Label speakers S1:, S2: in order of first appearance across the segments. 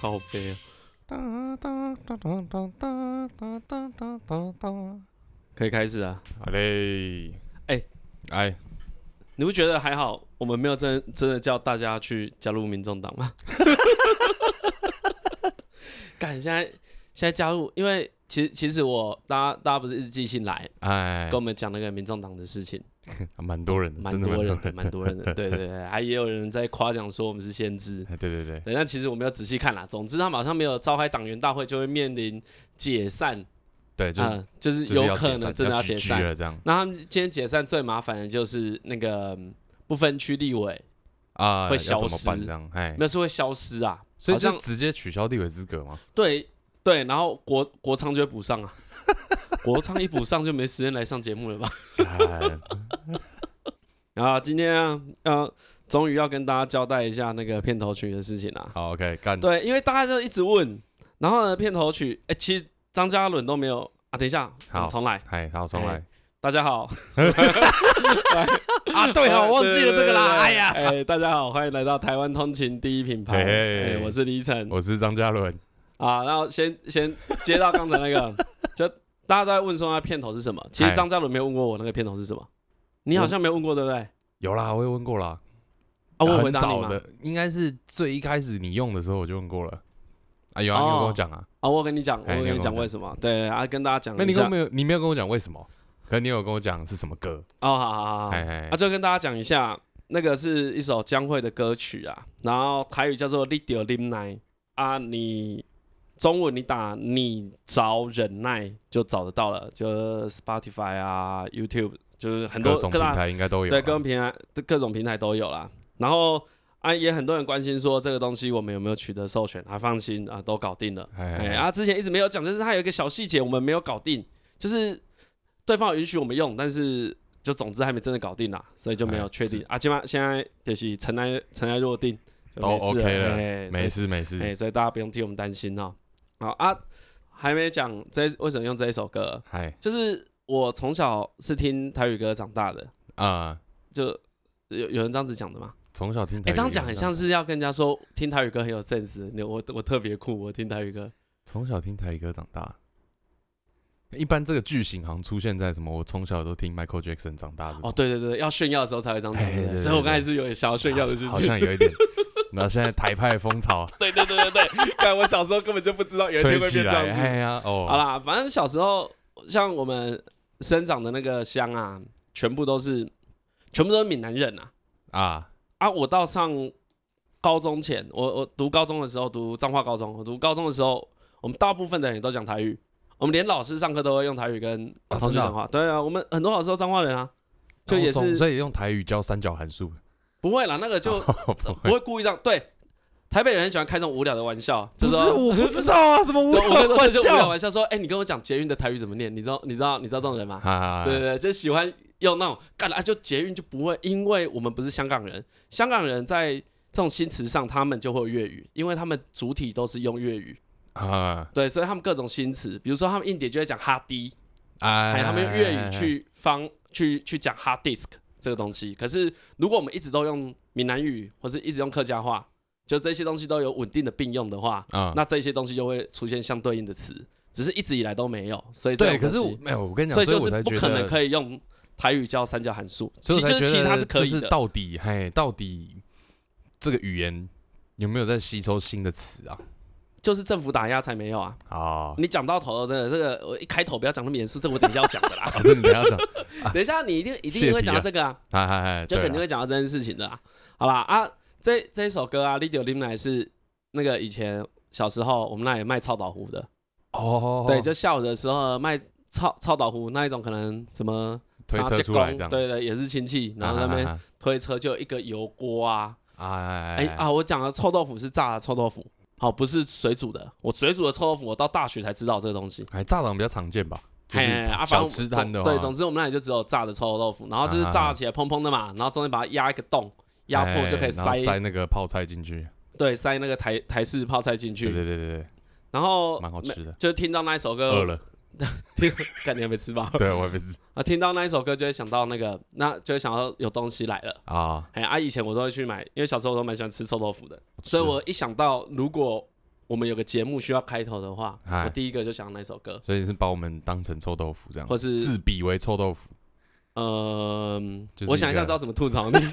S1: 靠背啊，
S2: 哒哒哒哒哒哒哒哒哒哒哒。
S1: 可以开始啊！
S2: 好嘞，
S1: 哎
S2: 哎，
S1: 你不觉得还好？我们没有真真的叫大家去加入民众党吗？ 感现在现在加入，因为其实其实我大家大家不是一直寄信来
S2: 哎
S1: 跟我，们讲那个民众党的事情，
S2: 蛮多人的，
S1: 蛮
S2: 真的
S1: 多
S2: 蛮
S1: 人
S2: 多
S1: 的，
S2: 人
S1: 蛮多人的，对对对，还也有人在夸奖说我们是先知。
S2: 哎，对对对，
S1: 对，但其实我没有仔细看啦。总之，他马上没有召开党员大会，就会面临解散，
S2: 对，就是、
S1: 嗯就是
S2: 就是
S1: 有
S2: 要
S1: 可
S2: 解
S1: 能
S2: 散
S1: 真的
S2: 要
S1: 要
S2: GG
S1: 解散。
S2: 了这样
S1: 那他们今天解散最麻烦的就是那个嗯不分区立委，
S2: 啊，
S1: 会
S2: 要
S1: 消
S2: 怎么办
S1: 失
S2: 这样？哎，
S1: 那是会消失啊。
S2: 所以
S1: 好
S2: 就
S1: 像
S2: 直接取消立委 资格吗？
S1: 对对，然后国国昌就会补上啊， 国昌一补上就没时间来上节目了吧？
S2: 干
S1: 啊，今天啊，呃，终于要跟大家交代一下那个片头曲的事情啦、
S2: 好，OK，干，
S1: 对，因为大家就一直问，然后呢，片头曲，哎、其实张嘉伦都没有啊。等一下，我
S2: 好
S1: 们重来。
S2: 哎，好，重来
S1: 哎大家好，
S2: 啊， 对
S1: 哦呃
S2: 啊，我忘记了这个啦，哎呀，
S1: 哎、大家好，欢迎来到台湾通勤第一品牌，
S2: 嘿嘿
S1: 哎我是李晨
S2: 我是张嘉伦，
S1: 啊。然后先先接到刚才那 个，就大家都在问说那片头是什么，其实
S2: 哎
S1: 张嘉伦没有问过我那个片头是什么，你好像没有问过对不对？啊，
S2: 有啦，我也问过啦，
S1: 我有
S2: 很
S1: 回答你
S2: 早
S1: 吗？
S2: 的，应该是最一开始你用的时候我就问过了。啊，有啊，你有跟我讲啊？
S1: 啊，我跟你讲，我
S2: 哎你
S1: 跟
S2: 有跟
S1: 你
S2: 我
S1: 讲
S2: 讲
S1: 为什么？对啊，跟大家讲
S2: 那你
S1: 一
S2: 跟
S1: 下
S2: 我。没有，你没有跟我讲为什么？可你有跟我讲是什么歌？
S1: 哦，好好好好，
S2: 哎哎，
S1: 啊，就跟大家讲一下，那个是一首江蕙的歌曲啊，然后台语叫做《你丢忍耐》啊，你中文你打“你找忍耐”就找得到了，就是 Spotify 啊、YouTube，就是很多
S2: 各种
S1: 各
S2: 平
S1: 大
S2: 台应该都有啊啦。
S1: 对各种平台各种平台都有啦。然后啊，也很多人关心说这个东西我们有没有取得授权啊？放心啊，都搞定了。哎、
S2: 哎，
S1: 啊，之前一直没有讲，就是它有一个小细节我们没有搞定，就是对方有允许我们用，但是就总之还没真的搞定啦，所以就没有
S2: 哎
S1: 确定、啊。起码现在就是尘埃尘埃落定，就
S2: 都
S1: 没事
S2: OK 了
S1: 哎所以
S2: 没事没
S1: 哎、
S2: 事，
S1: 所以大家不用替我们担心哦。好啊，还没讲这为什么用这一首歌，
S2: 嗨
S1: 就是我从小是听台语歌长大的，
S2: 啊，
S1: 就有有人这样子讲的吗？
S2: 从小听台语
S1: 哎、
S2: 歌。
S1: 这样讲很像是要跟人家说听台语歌很有 sense，你我我特别酷，我听台语歌。
S2: 从小听台语歌长大。一般这个句型好像出现在什么？我从小都听 Michael Jackson 长大的
S1: 哦，对对对，要炫耀的时候才会这样讲，
S2: 哎
S1: 对不
S2: 对
S1: 对
S2: 对
S1: 所以我
S2: 对
S1: 刚才是有想要炫耀的心
S2: 好
S1: 情。
S2: 像有一点。 然后现在台派风潮
S1: 对对对对 对， 但我小时候根本就不知 道有一天
S2: 吹
S1: 会
S2: 起
S1: 变这样
S2: 来，
S1: 子。
S2: 哎呀，哦，
S1: 好啦，反正小时候像我们生长的那个乡啊，全部都是全部都是闽南人啊
S2: 啊，
S1: 啊！我到上高中前，我我读高中的时候读彰化高中，我读高中的时候，我们大部分的人也都讲台语，我们连老师上课都会用台语跟
S2: 哦
S1: 同学
S2: 真的啊
S1: 讲话。对啊，我们很多老师都彰化人啊，就也
S2: 高中
S1: 是
S2: 所以用台语教三角函数，
S1: 不会啦，那个就哦 不会故意这样。对，台北人很喜欢开这种无聊的玩笑，就说
S2: 不知道啊，什么无
S1: 就我们就无聊玩笑说，哎、你跟我讲捷运的台语怎么念？你知道你知道你知道这种人吗？
S2: 啊，
S1: 对对对，就喜欢用那种干了、啊，就捷运就不会，因为我们不是香港人，香港人在这种新词上他们就会有粤语，因为他们主体都是用粤语，
S2: 啊，
S1: 对，所以他们各种新词，比如说他们硬碟就会讲哈迪，
S2: 哎
S1: 哎，他们用粤语去方去去讲 hard disk 这个东西。可是如果我们一直都用闽南语，或是一直用客家话，就这些东西都有稳定的并用的话，
S2: 啊，
S1: 那这些东西就会出现相对应的词，只是一直以来都没有，所以这
S2: 对，
S1: 种
S2: 可
S1: 东
S2: 是
S1: 西
S2: 我没有，我跟你讲，
S1: 所以
S2: 以
S1: 就
S2: 我
S1: 是
S2: 才
S1: 不
S2: 觉
S1: 可能
S2: 得，
S1: 可以用台语叫三角函数，
S2: 所
S1: 其
S2: 以
S1: 就
S2: 我才
S1: 是
S2: 觉
S1: 其
S2: 得
S1: 他是可
S2: 就
S1: 以
S2: 是
S1: 的。
S2: 到底嘿，到底这个语言有没有在吸收新的词啊？
S1: 就是政府打压才没有啊！
S2: 哦，
S1: 你讲到头了，真的这个我一开头不要讲那么严肃，这个我等一下要讲的啦。
S2: 啊，这你不要讲，
S1: 等一下你一定一
S2: 谢
S1: 定会
S2: 题
S1: 讲到
S2: 啊
S1: 这个啊，
S2: 哎哎哎，
S1: 就
S2: 对
S1: 肯
S2: 啦
S1: 定会讲到这件事情的啦。好啦，啊，这这一首歌啊，《Lidio Lim》来是那个以前小时候我们那里卖超岛湖的，
S2: 哦，
S1: 对，就下午的时候卖超超岛湖那一种，可能什么
S2: 推
S1: 三
S2: 车
S1: 节
S2: 出来
S1: 公
S2: 这样
S1: 对对，也是亲戚，然后那边
S2: 啊
S1: 推车就有一个油锅啊，
S2: 啊啊
S1: 哎啊，我讲的臭豆腐是炸的臭豆腐。好，不是水煮的。我水煮的臭豆腐，我到大学才知道这个东西。
S2: 哎，炸糖比较常见吧，就
S1: 嘿
S2: 是
S1: 啊，反
S2: 小
S1: 正
S2: 吃摊的话，
S1: 对，总之我们那里就只有炸的臭豆腐，然后就是
S2: 啊
S1: 炸起来蓬蓬的嘛，然后中间把它压一个洞，压破就可以
S2: 哎然后
S1: 塞
S2: 塞那个泡菜进去，
S1: 对，塞那个台台式泡菜进
S2: 对
S1: 去，
S2: 对对对
S1: 然后
S2: 对，蛮好
S1: 哦没呃
S2: 吃的，
S1: 就听到那一首歌，
S2: 饿，了，
S1: 看你还没吃饱
S2: 对我也不知
S1: 啊，听到那一首歌就会想到那个，那就会想到有东西来了。
S2: 啊，哦
S1: 哎啊，以前我都会去买，因为小时候我都蛮喜欢吃臭豆腐的，所以我一想到如果我们有个节目需要开头的话，
S2: 嗨
S1: 我第一个就想那首歌，
S2: 所以是把我们当成臭豆腐这样，
S1: 或是
S2: 自比为臭豆腐。
S1: 呃，
S2: 就是
S1: 我想一
S2: 一
S1: 下
S2: 个
S1: 知道怎么吐槽你。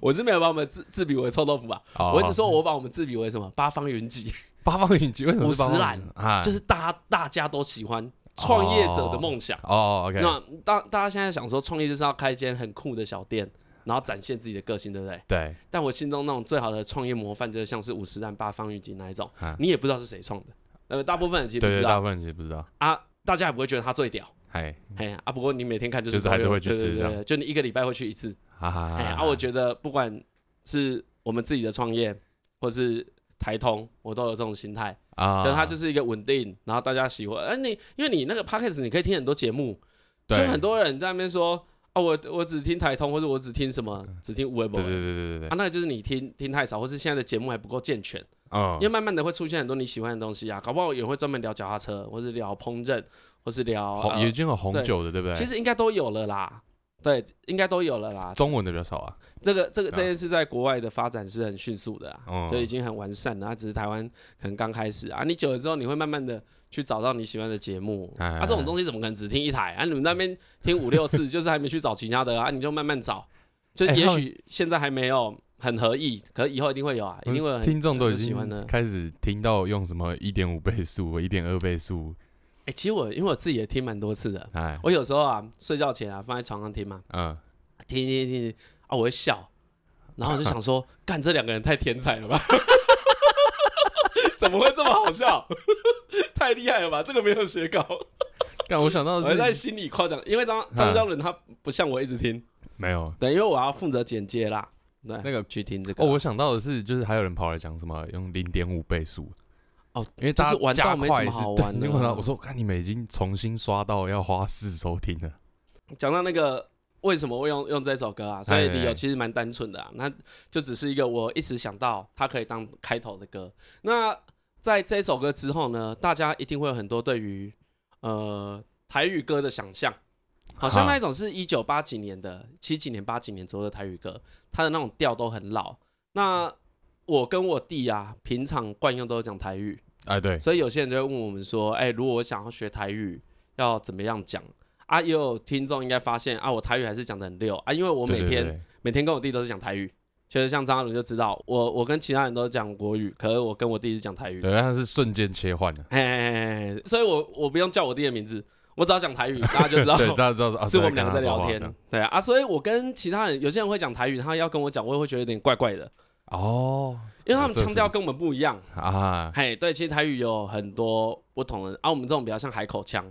S1: 我是没有把我们自自比为臭豆腐吧，
S2: 哦
S1: 我一直说我把我们自比为什么八方云集，
S2: 八方云集为什么是八
S1: 五十
S2: 方
S1: 岚
S2: 云集啊？
S1: 就是大家大家都喜欢创业者的梦想。
S2: 哦，OK，
S1: 那大大家现在想说创业就是要开一间很酷的小店，然后展现自己的个性，对不对？
S2: 对，
S1: 但我心中那种最好的创业模范，就是像是五十岚八方云集那一种
S2: 啊，
S1: 你也不知道是谁创的，呃，大部分人其实
S2: 对
S1: 不知
S2: 对，大
S1: 道
S2: 部分人其实不知道，
S1: 啊，大家也不会觉得他最屌，
S2: 哎，
S1: 哎啊，不过你每天看就
S2: 就是还是
S1: 都有
S2: 会去
S1: 对
S2: 吃
S1: 对
S2: 这
S1: 对
S2: 样
S1: 对，就你一个礼拜会去一次，
S2: 哈哈
S1: 哎
S2: 哈
S1: 啊，我觉得不管是我们自己的创业，或是台通，我都有这种心态。
S2: 啊，
S1: 就它就是一个稳定，然后大家喜欢。哎、你因为你那个 podcast 你可以听很多节目，就
S2: 对
S1: 很，多人在那边说啊，我我只听台通，或者我只听什么，只听 w e b
S2: 嗯对
S1: 啊，
S2: 对对对对对，
S1: 那个就是你听听太少，或是现在的节目还不够健全，
S2: 嗯
S1: 因为，慢慢的会出现很多你喜欢的东西啊，搞不好也会专门聊脚踏车，或是聊烹饪，或是聊，
S2: 红
S1: 呃
S2: 也已经有红酒的，对不对？
S1: 其实应该都有了啦。对，应该都有了啦。
S2: 中文的比较少啊，
S1: 这个这个
S2: 啊
S1: 这件事在国外的发展是很迅速的啊
S2: 嗯，
S1: 就已经很完善了。啊，只是台湾可能刚开始啊，你久了之后，你会慢慢的去找到你喜欢的节目。
S2: 哎
S1: 啊，这种东西怎么可能只听一台啊？你们那边听五六次，就是还没去找其他的啊，你就慢慢找。就
S2: 哎
S1: 也
S2: 他们
S1: 许现在还没有很合意，可以后一定会有啊，一定会有很
S2: 听众都已
S1: 很喜欢的
S2: 经。开始听到用什么一点五倍速、一点二倍速，
S1: 哎，其实我因为我自己也听蛮多次的，
S2: 哎，
S1: 我有时候啊睡觉前啊放在床上听嘛，
S2: 嗯，
S1: 听听听听啊，我会笑，然后我就想说，干这两个人太天才了吧？怎么会这么好笑？太厉害了吧？这个没有写稿，
S2: 但我想到
S1: 我
S2: 的
S1: 还
S2: 是
S1: 在心里夸奖，因为张张嘉伦他不像我一直听，
S2: 没有
S1: 对，因为我要负责剪接啦，对，
S2: 那个
S1: 去听这个
S2: 哦，我想到的是，就是还有人跑来讲什么用零点五倍速
S1: 哦，
S2: 因为大家
S1: 就是玩到
S2: 加
S1: 没
S2: 快
S1: 什么
S2: 是
S1: 好
S2: 对
S1: 玩
S2: 你
S1: 的啊
S2: 玩到
S1: 了
S2: 我说看你们已经重新刷到要花四收听了，
S1: 讲到那个为什么会用用这首歌啊，所以
S2: 哎哎
S1: 理
S2: 哎
S1: 由其实蛮单纯的啊，那就只是一个我一时想到它可以当开头的歌。那在这首歌之后呢，大家一定会有很多对于呃台语歌的想象，好像
S2: 哈
S1: 那一种是一九八几年的七几年八几年左右的台语歌，它的那种调都很老。那我跟我弟啊，平常惯用都是讲台语，
S2: 哎，对，
S1: 所以有些人就会问我们说，哎、如果我想要学台语，要怎么样讲啊？也有听众应该发现啊，我台语还是讲的很溜啊，因为我
S2: 我
S1: 每天每天跟我弟都是讲台语。其实像张嘉伦就知道，我我跟其他人都讲国语，可是我跟我弟是讲台语的。
S2: 对，但它是瞬间切换的，
S1: 哎哎哎哎所以我我不用叫我弟的名字，我只要讲台语，大家就知道
S2: 对，大家知道啊
S1: 是我们
S2: 跟
S1: 两个
S2: 他
S1: 在
S2: 说
S1: 聊
S2: 话这
S1: 天
S2: 样。
S1: 对啊，所以我跟其他人，有些人会讲台语，他要跟我讲，我也会觉得有点怪怪的，
S2: 哦
S1: 因为他们
S2: 哦这是
S1: 腔调跟我们不一样。
S2: 啊，
S1: 嘿，对，其实台语有很多不同的，啊，我们这种比较像海口腔，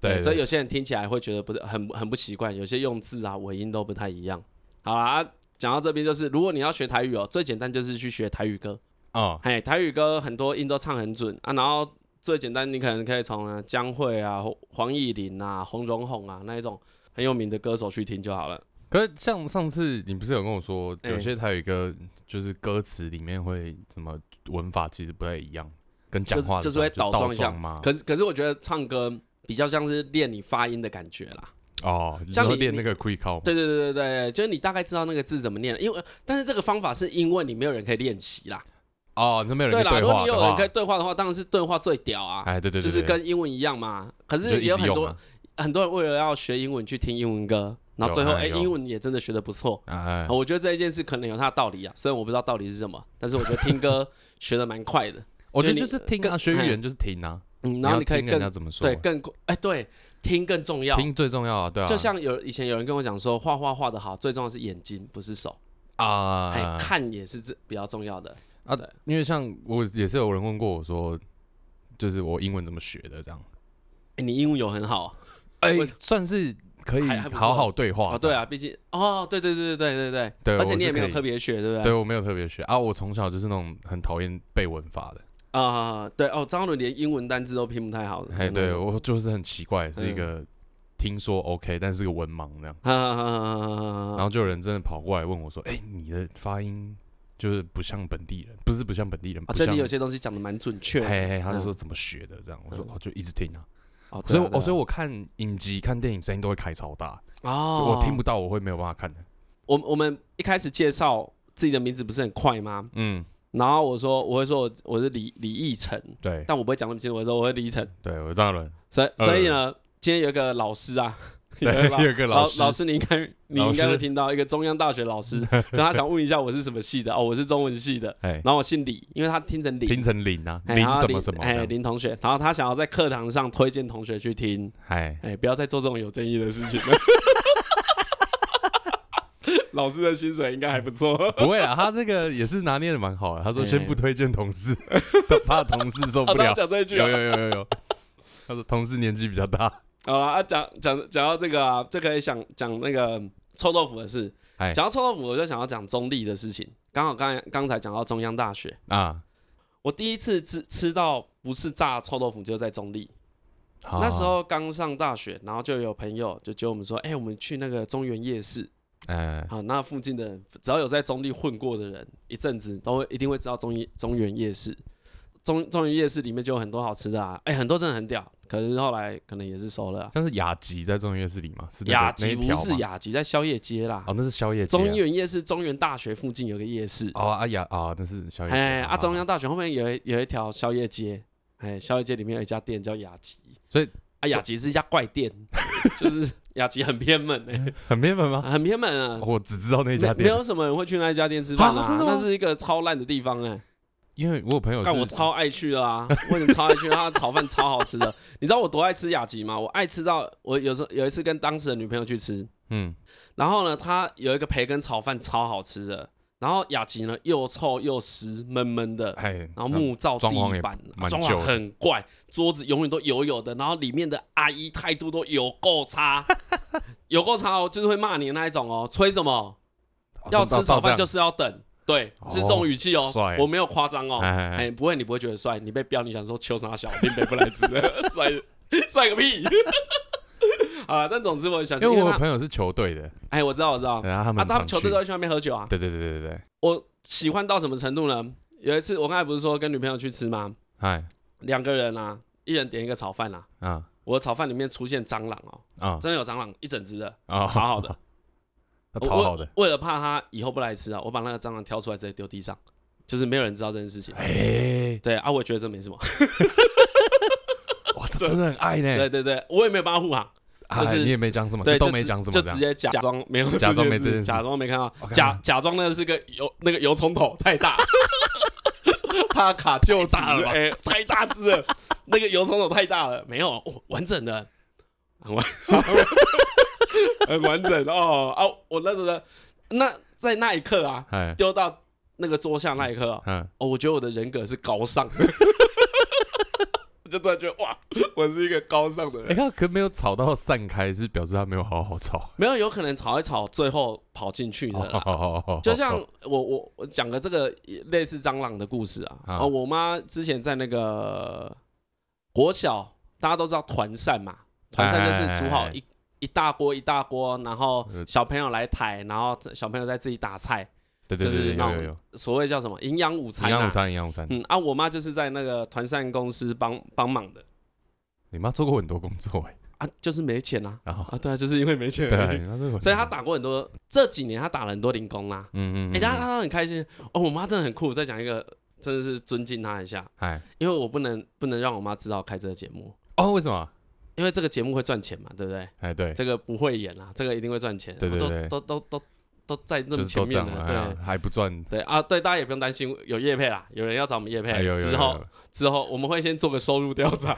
S2: 对，
S1: 所以
S2: 对
S1: 有些人听起来会觉得不是很很不习惯，有些用字啊、尾音都不太一样。好啦，啊讲到这边就是，如果你要学台语哦，最简单就是去学台语歌。
S2: 哦
S1: 嘿，台语歌很多音都唱很准啊，然后最简单你可能可以从呃江蕙啊、黄黄义玲啊、洪荣宏啊那一种很有名的歌手去听就好了。
S2: 可是像上次你不是有跟我说，
S1: 哎
S2: 有些台语歌就是歌词里面会什么文法其实不太一样，跟讲话的
S1: 就是
S2: 时
S1: 就是
S2: 候
S1: 会倒装一下
S2: 嘛。
S1: 可是可是我觉得唱歌比较像是练你发音的感觉啦。
S2: 哦，你
S1: 像
S2: 说
S1: 你
S2: 练
S1: 你
S2: 那个 quick call 吗
S1: 对对对对对，就是你大概知道那个字怎么念，因为但是这个方法是因为你没有人可以练习啦。
S2: 哦，那没有人
S1: 对
S2: 跟
S1: 啦，
S2: 对
S1: 如果
S2: 话
S1: 你
S2: 的
S1: 有人
S2: 话
S1: 可以，对话的话，当然是对话最屌啊，
S2: 哎，对对对，
S1: 就是
S2: 对
S1: 跟英文一样嘛。可
S2: 你
S1: 是
S2: 就
S1: 也
S2: 一
S1: 有
S2: 直
S1: 很
S2: 用
S1: 多
S2: 嘛
S1: 很多人为了要学英文去听英文歌，然后最后
S2: 有
S1: 哎、
S2: 有
S1: 英文也真的学的不错。
S2: 哎
S1: 啊，我觉得这一件事可能有它的道理啊，虽然我不知道道理是什么，但是我觉得听 歌学的蛮快的。
S2: 我觉得
S1: 因为
S2: 就
S1: 你
S2: 是听啊，
S1: 更
S2: 学语
S1: 哎
S2: 言就是听啊，
S1: 嗯，然后
S2: 要
S1: 你可以
S2: 听人家
S1: 更
S2: 怎么说
S1: 对，更哎、对，听更重要。
S2: 听最重要啊，对啊，
S1: 就像有以前有人跟我讲说，画画画的好，最重要是眼睛，不是手。哎、
S2: 啊
S1: 看也是这比较重要的。
S2: 啊
S1: 对，
S2: 因为像我也是有人问过我说，就是我英文怎么学的这样，
S1: 哎你英文有很好啊
S2: 哎
S1: 为，
S2: 算是可以
S1: 还还不错
S2: 好好对话
S1: 哦，对，啊，毕竟哦，对对对对对对
S2: 对
S1: 而且
S2: 我
S1: 你
S2: 是
S1: 也没有
S2: 可以
S1: 特别学，对不
S2: 对我没有特别学啊，我从小就是那种很讨厌背文法的，
S1: 啊、对哦，张翰伦连英文单字都拼不太好的。
S2: 哎，
S1: 那
S2: 对
S1: 种，
S2: 我就是很奇怪，是一
S1: 嗯
S2: 个听说 OK，但是个文盲那样。
S1: 哈哈哈哈哈哈
S2: 然
S1: 哈
S2: 后就有人真的跑过来问我说：“哎、你的发音就是不像本地人，不是不像本地人，
S1: 啊，
S2: 不
S1: 就
S2: 像。
S1: 你有些东西讲的蛮准确
S2: 嘿
S1: 的。
S2: 嘿嘿，他就
S1: 嗯
S2: 说怎么学的这样，我说
S1: 嗯
S2: 哦就一直听啊，
S1: 哦，
S2: 所以我、
S1: 我
S2: 哦所以我看影集、看电影声音都会开超大，
S1: 哦，
S2: 我听不到，我会没有办法看的。
S1: 我我们一开始介绍自己的名字不是很快吗？
S2: 嗯，
S1: 然后我说我会说我我是李李义成，
S2: 对
S1: 但我不会讲那么清楚，我说我是李义成。
S2: 对，我是张亚伦，
S1: 所以所以呢，今天有一个老师啊，
S2: 呃 对
S1: 有一个老
S2: 有一个老
S1: 老
S2: 师
S1: 老师，你应该你应该
S2: 老
S1: 会
S2: 师
S1: 听到一个中央大学老师， 就他想问一下我是什么系的哦，我是中文系的，
S2: 哎，
S1: 然后我姓李，因为他听成
S2: 拼
S1: 李。
S2: 成林啊，
S1: 哎
S2: 林
S1: 然后
S2: 什么什么
S1: 哎，
S2: 这样，
S1: 林同学，然后他想要在课堂上推荐同学去听，
S2: 哎，
S1: 哎，不要再做这种有争议的事情 了。老师的薪水应该还不错，
S2: 不会啊，他那个也是拿捏的蛮好的。他说
S1: 哎
S2: 先不推荐同事，怕同事受不
S1: 啊他
S2: 了。
S1: 讲这一句啊
S2: 有有有有有，他说同事年纪比较大，
S1: 好了啊，讲讲讲到这个啊，这可以想讲那个臭豆腐的事。
S2: 哎
S1: 讲到臭豆腐，我就想要讲中立的事情。刚好刚才刚才讲到中央大学，
S2: 啊，
S1: 我第一次吃吃到不是炸臭豆腐，就是在中立。
S2: 好
S1: 那时，候刚上大学，然后就有朋友就叫我们说，哎、我们去那个中原夜市。
S2: 哎，
S1: 好，那附近的人只要有在中立混过的人，一阵子都会一定会知道中原中原夜市。中中原夜市里面就有很多好吃的啊，哎、很多真的很屌，可是后来可能也是熟了啊、
S2: 像是雅集在中原夜市里嘛，是那个
S1: 雅
S2: 那
S1: 集
S2: 一
S1: 不
S2: 条
S1: 是
S2: 嘛
S1: 雅集，在宵夜街啦。
S2: 哦，那是宵夜街啊
S1: 中原夜市，中原大学附近有个夜市。
S2: 哦啊雅啊，那是宵夜街
S1: 哎，啊，中，
S2: 好
S1: 央大学后面有一有一条宵夜街，哎，宵夜街里面有一家店叫雅集，
S2: 所以
S1: 啊，雅集是一家怪店， 就是雅集很偏门哎、
S2: 很面粉吗？
S1: 很偏门啊
S2: 哦，我只知道那家
S1: 没没
S2: 店，
S1: 有什么人会去那一家店吃饭
S2: 啊
S1: 啊
S2: 真，的吗
S1: 那是一个超烂的地方哎、
S2: 因为我有朋友
S1: 但我
S2: 是
S1: 超爱去的啊，我已经超爱去，他的炒饭超好吃的，你知道我多爱吃雅集吗？我爱吃到我有时候有一次跟当时的女朋友去吃，
S2: 嗯
S1: 然后呢，它有一个培根炒饭超好吃的，然后雅琪呢又臭又湿闷闷的，
S2: 哎，
S1: 然后木造地
S2: 装潢也
S1: 板，啊
S2: 蛮
S1: 装
S2: 旧
S1: 潢
S2: 的
S1: 很怪，桌子永远都油油的，然后里面的阿姨态度都有够差， 有够差哦，就是会骂你的那一种哦，吹什么？
S2: 哦
S1: 要
S2: 照
S1: 吃炒饭就
S2: 照这样
S1: 是要等，对，是这种语气
S2: 哦
S1: 哦
S2: 帅，
S1: 我没有夸张哦，
S2: 哎哎哎
S1: 哎，不会，你不会觉得帅，你被标，你想说秋啥小，并被不来吃， 帅帅个屁！ 啊，但总之我想，
S2: 因为我
S1: 他
S2: 有朋友是球队的，
S1: 哎，我知道，我知道，
S2: 然后他
S1: 啊，
S2: 们
S1: 他们球
S2: 常
S1: 队
S2: 去
S1: 都会去那边喝酒啊。
S2: 对对对对对对，
S1: 我喜欢到什么程度呢？有一次，我刚才不是说跟女朋友去吃吗？
S2: 嗨
S1: 两个人啊，一人点一个炒饭啊。
S2: 啊
S1: 我的炒饭里面出现蟑螂哦，
S2: 啊
S1: 真的有蟑螂，一整只的，
S2: 啊，
S1: 炒 好的，
S2: 啊炒好的，
S1: 我我为了怕它以后不来吃啊，我把那个蟑螂挑出来直接丢地上，就是没有人知道这件事情。
S2: 哎，
S1: 对啊，我也觉得这没什么。
S2: 哇，他真的很爱呢
S1: 对，对对，我也没有帮他护航，
S2: 哎
S1: 就是
S2: 你也没讲什么，
S1: 对，
S2: 都
S1: 就
S2: 没
S1: 直
S2: 讲什么，
S1: 就
S2: 这样
S1: 直接假装没有
S2: 假装 没
S1: 这
S2: 这件
S1: 件事，
S2: 事
S1: 假装没看到，
S2: OK
S1: 假假装那是个油那个油葱头太 大，怕卡就
S2: 太大了吧
S1: 哎、太大只了， 那个油葱头太大了，没有、哦完整的，很完很完整哦啊！我那时候的那在那一刻啊，
S2: 哎
S1: 丢到那个桌下那一刻哦、
S2: 嗯，
S1: 哦，我觉得我的人格是高尚的。 我就突然觉得哇，我是一个高尚的人
S2: 哎，。他可没有吵到散开，是表示他没有好好 吵。
S1: 没有，有可能吵一吵，最后跑进去的啦。
S2: 哦，
S1: 啊 就像我我我讲个这个类似蟑螂的故事啊，
S2: 啊
S1: 啊、我妈之前在那个国小，大家都知道团扇嘛，团扇就是煮好
S2: 哎
S1: 一一大锅一大锅，然后
S2: 呃
S1: 小朋友来抬，然后小朋友在自己打菜，
S2: 对对对，有有有，
S1: 所谓叫什么营养午
S2: 营
S1: 餐
S2: 养
S1: 啊
S2: 午。餐，营养午餐。
S1: 嗯啊，我妈就是在那个团扇公司帮帮忙的
S2: 你妈做过很多工作哎，
S1: 啊，就是没钱啊
S2: 然后
S1: 啊，对啊，就是因为没钱
S2: 对，
S1: 而已，
S2: 你妈做过很多
S1: 所以她打过很多，这几年她打了很多零工啦、
S2: 嗯
S1: 哎、
S2: 嗯，
S1: 欸，大家
S2: 嗯
S1: 他很开心哦。我妈真的很酷，我再讲一个，真的是尊敬她一下，
S2: 哎，
S1: 因为我不能不能让我妈知道开这个节目，
S2: 哦，为什么？
S1: 因为这个节目会赚钱嘛，对不对？
S2: 哎，对，
S1: 这个不会演啦，这个一定会赚钱，啊
S2: 对对
S1: 都
S2: 对
S1: 都都都都在那
S2: 就
S1: 么
S2: 是
S1: 前
S2: 都这
S1: 面
S2: 样
S1: 了，
S2: 嘛，
S1: 对、
S2: 哎呀还不赚，
S1: 对啊，对，大家也不用担心有业配啦，有人要找我们业配，
S2: 哎有有有
S1: 之后
S2: 有
S1: 之后我们会先做个收入调查，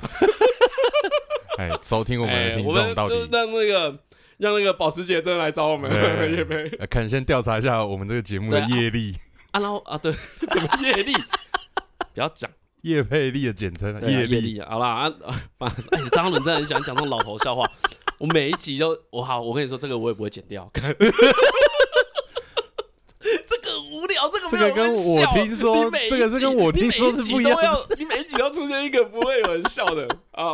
S2: 哎，收听 我们
S1: 哎
S2: 的听
S1: 我
S2: 众
S1: 们
S2: 到
S1: 就
S2: 底
S1: 是让那个让那个保时捷真的来找 我们
S2: 对
S1: 业配
S2: 呃，看先调查一下我们这个节目的
S1: 对啊
S2: 业力、
S1: 啊，然后啊，对， 怎么业力？不要讲。
S2: 业配力的简称啊，
S1: 对啊业
S2: 力。
S1: 力啊，好啦，啊， 啊哎，张伦真的很喜欢讲这种老头笑话。我每一集都，我好，我跟你说，这个我也不会剪掉。看 这个很无聊，这个
S2: 这
S1: 没有
S2: 个跟
S1: 人会
S2: 我
S1: 笑
S2: 听说
S1: 你每一
S2: 这个是
S1: 集
S2: 跟我
S1: 你
S2: 听
S1: 每
S2: 说
S1: 一
S2: 是
S1: 集
S2: 不一
S1: 都
S2: 样
S1: 要。你每一集都出现一个不会有人笑的啊。